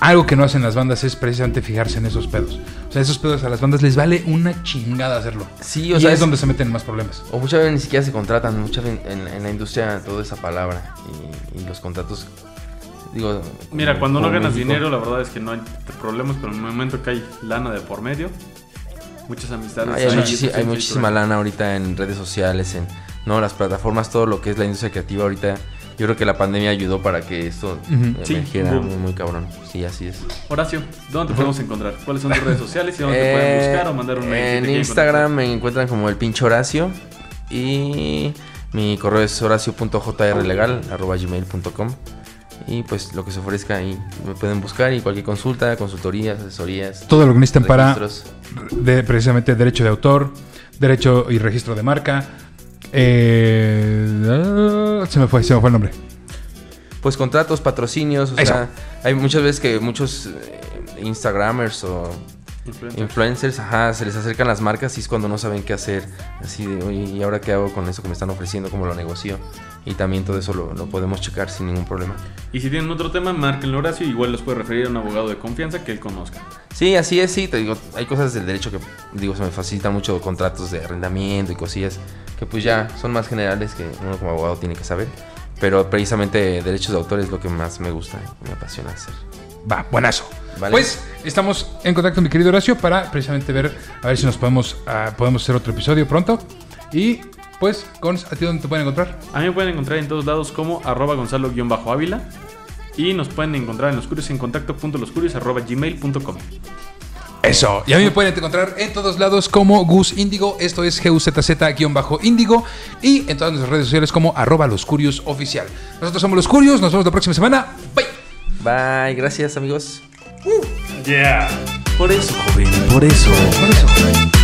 Speaker 1: algo que no hacen las bandas es precisamente fijarse en esos pedos. O sea, esos pedos a las bandas les vale una chingada hacerlo.
Speaker 3: Sí, o
Speaker 1: y
Speaker 3: sea,
Speaker 1: es,
Speaker 3: es-
Speaker 1: donde se meten en más problemas.
Speaker 3: O muchas veces ni siquiera se contratan, muchas veces en, en la industria toda esa palabra y, y los contratos. Digo,
Speaker 2: Mira,
Speaker 3: como-
Speaker 2: cuando no
Speaker 3: como
Speaker 2: ganas
Speaker 3: México.
Speaker 2: dinero, la verdad es que no hay problemas, pero en el momento que hay lana de por medio, muchas amistades.
Speaker 3: Hay,
Speaker 2: ahí,
Speaker 3: muchisi-
Speaker 2: pues,
Speaker 3: hay
Speaker 2: sí,
Speaker 3: muchísima
Speaker 2: sí,
Speaker 3: lana ahorita en redes sociales, en no las plataformas, todo lo que es la industria creativa ahorita. Yo creo que la pandemia ayudó para que esto eh,
Speaker 1: Ujú.
Speaker 2: Sí,
Speaker 3: emergiera
Speaker 2: boom.
Speaker 3: muy, muy cabrón. Sí, así es.
Speaker 2: Horacio, ¿dónde te podemos encontrar? ¿Cuáles son tus redes sociales y dónde te pueden
Speaker 3: Eh,
Speaker 2: buscar o mandar un mail? si te
Speaker 3: En
Speaker 2: quieren
Speaker 3: Instagram me encuentran como el pinche Horacio y mi correo es horacio.jrlegal.gmail.com y pues lo que se ofrezca ahí me pueden buscar y cualquier consulta, consultorías, asesorías.
Speaker 1: Todo lo que necesitan para
Speaker 3: registros.
Speaker 1: de, precisamente derecho de autor, derecho y registro de marca. Eh, ah, se me fue, se me fue el nombre.
Speaker 3: pues contratos, patrocinios, o
Speaker 1: Eso.
Speaker 3: sea, hay muchas veces que muchos eh, Instagramers o
Speaker 2: Influencer.
Speaker 3: influencers, ajá, se les acercan las marcas y es cuando no saben qué hacer, así de, oye, ¿y ahora qué hago con eso que me están ofreciendo? ¿Cómo lo negocio? Y también todo eso lo, lo podemos checar sin ningún problema.
Speaker 2: Y si tienen otro tema, márquenlo a Horacio, igual los puede referir a un abogado de confianza que él conozca.
Speaker 3: Sí, así es, sí, te digo, hay cosas del derecho que, digo, se me facilitan mucho contratos de arrendamiento y cosillas que pues ya son más generales que uno como abogado tiene que saber, pero precisamente derechos de autor es lo que más me gusta, y me apasiona hacer.
Speaker 1: Va, buenazo.
Speaker 3: Vale.
Speaker 1: Pues estamos en contacto, mi querido Horacio, para precisamente ver a ver si nos podemos, ah, podemos hacer otro episodio pronto. Y pues, Cons, ¿a ti dónde te pueden encontrar?
Speaker 2: A mí me pueden encontrar en todos lados como arroba gonzalo-ávila y nos pueden encontrar en los curios en contacto.loscurios arroba gmail.com.
Speaker 1: Eso. Y a mí me pueden encontrar en todos lados como Gus Índigo. Esto es GUZZ-Índigo. Y en todas nuestras redes sociales como arroba los Curios oficial. Nosotros somos los Curios. Nos vemos la próxima semana. Bye.
Speaker 3: Bye, gracias amigos.
Speaker 7: Por eso, joven, por eso. Por eso, joven.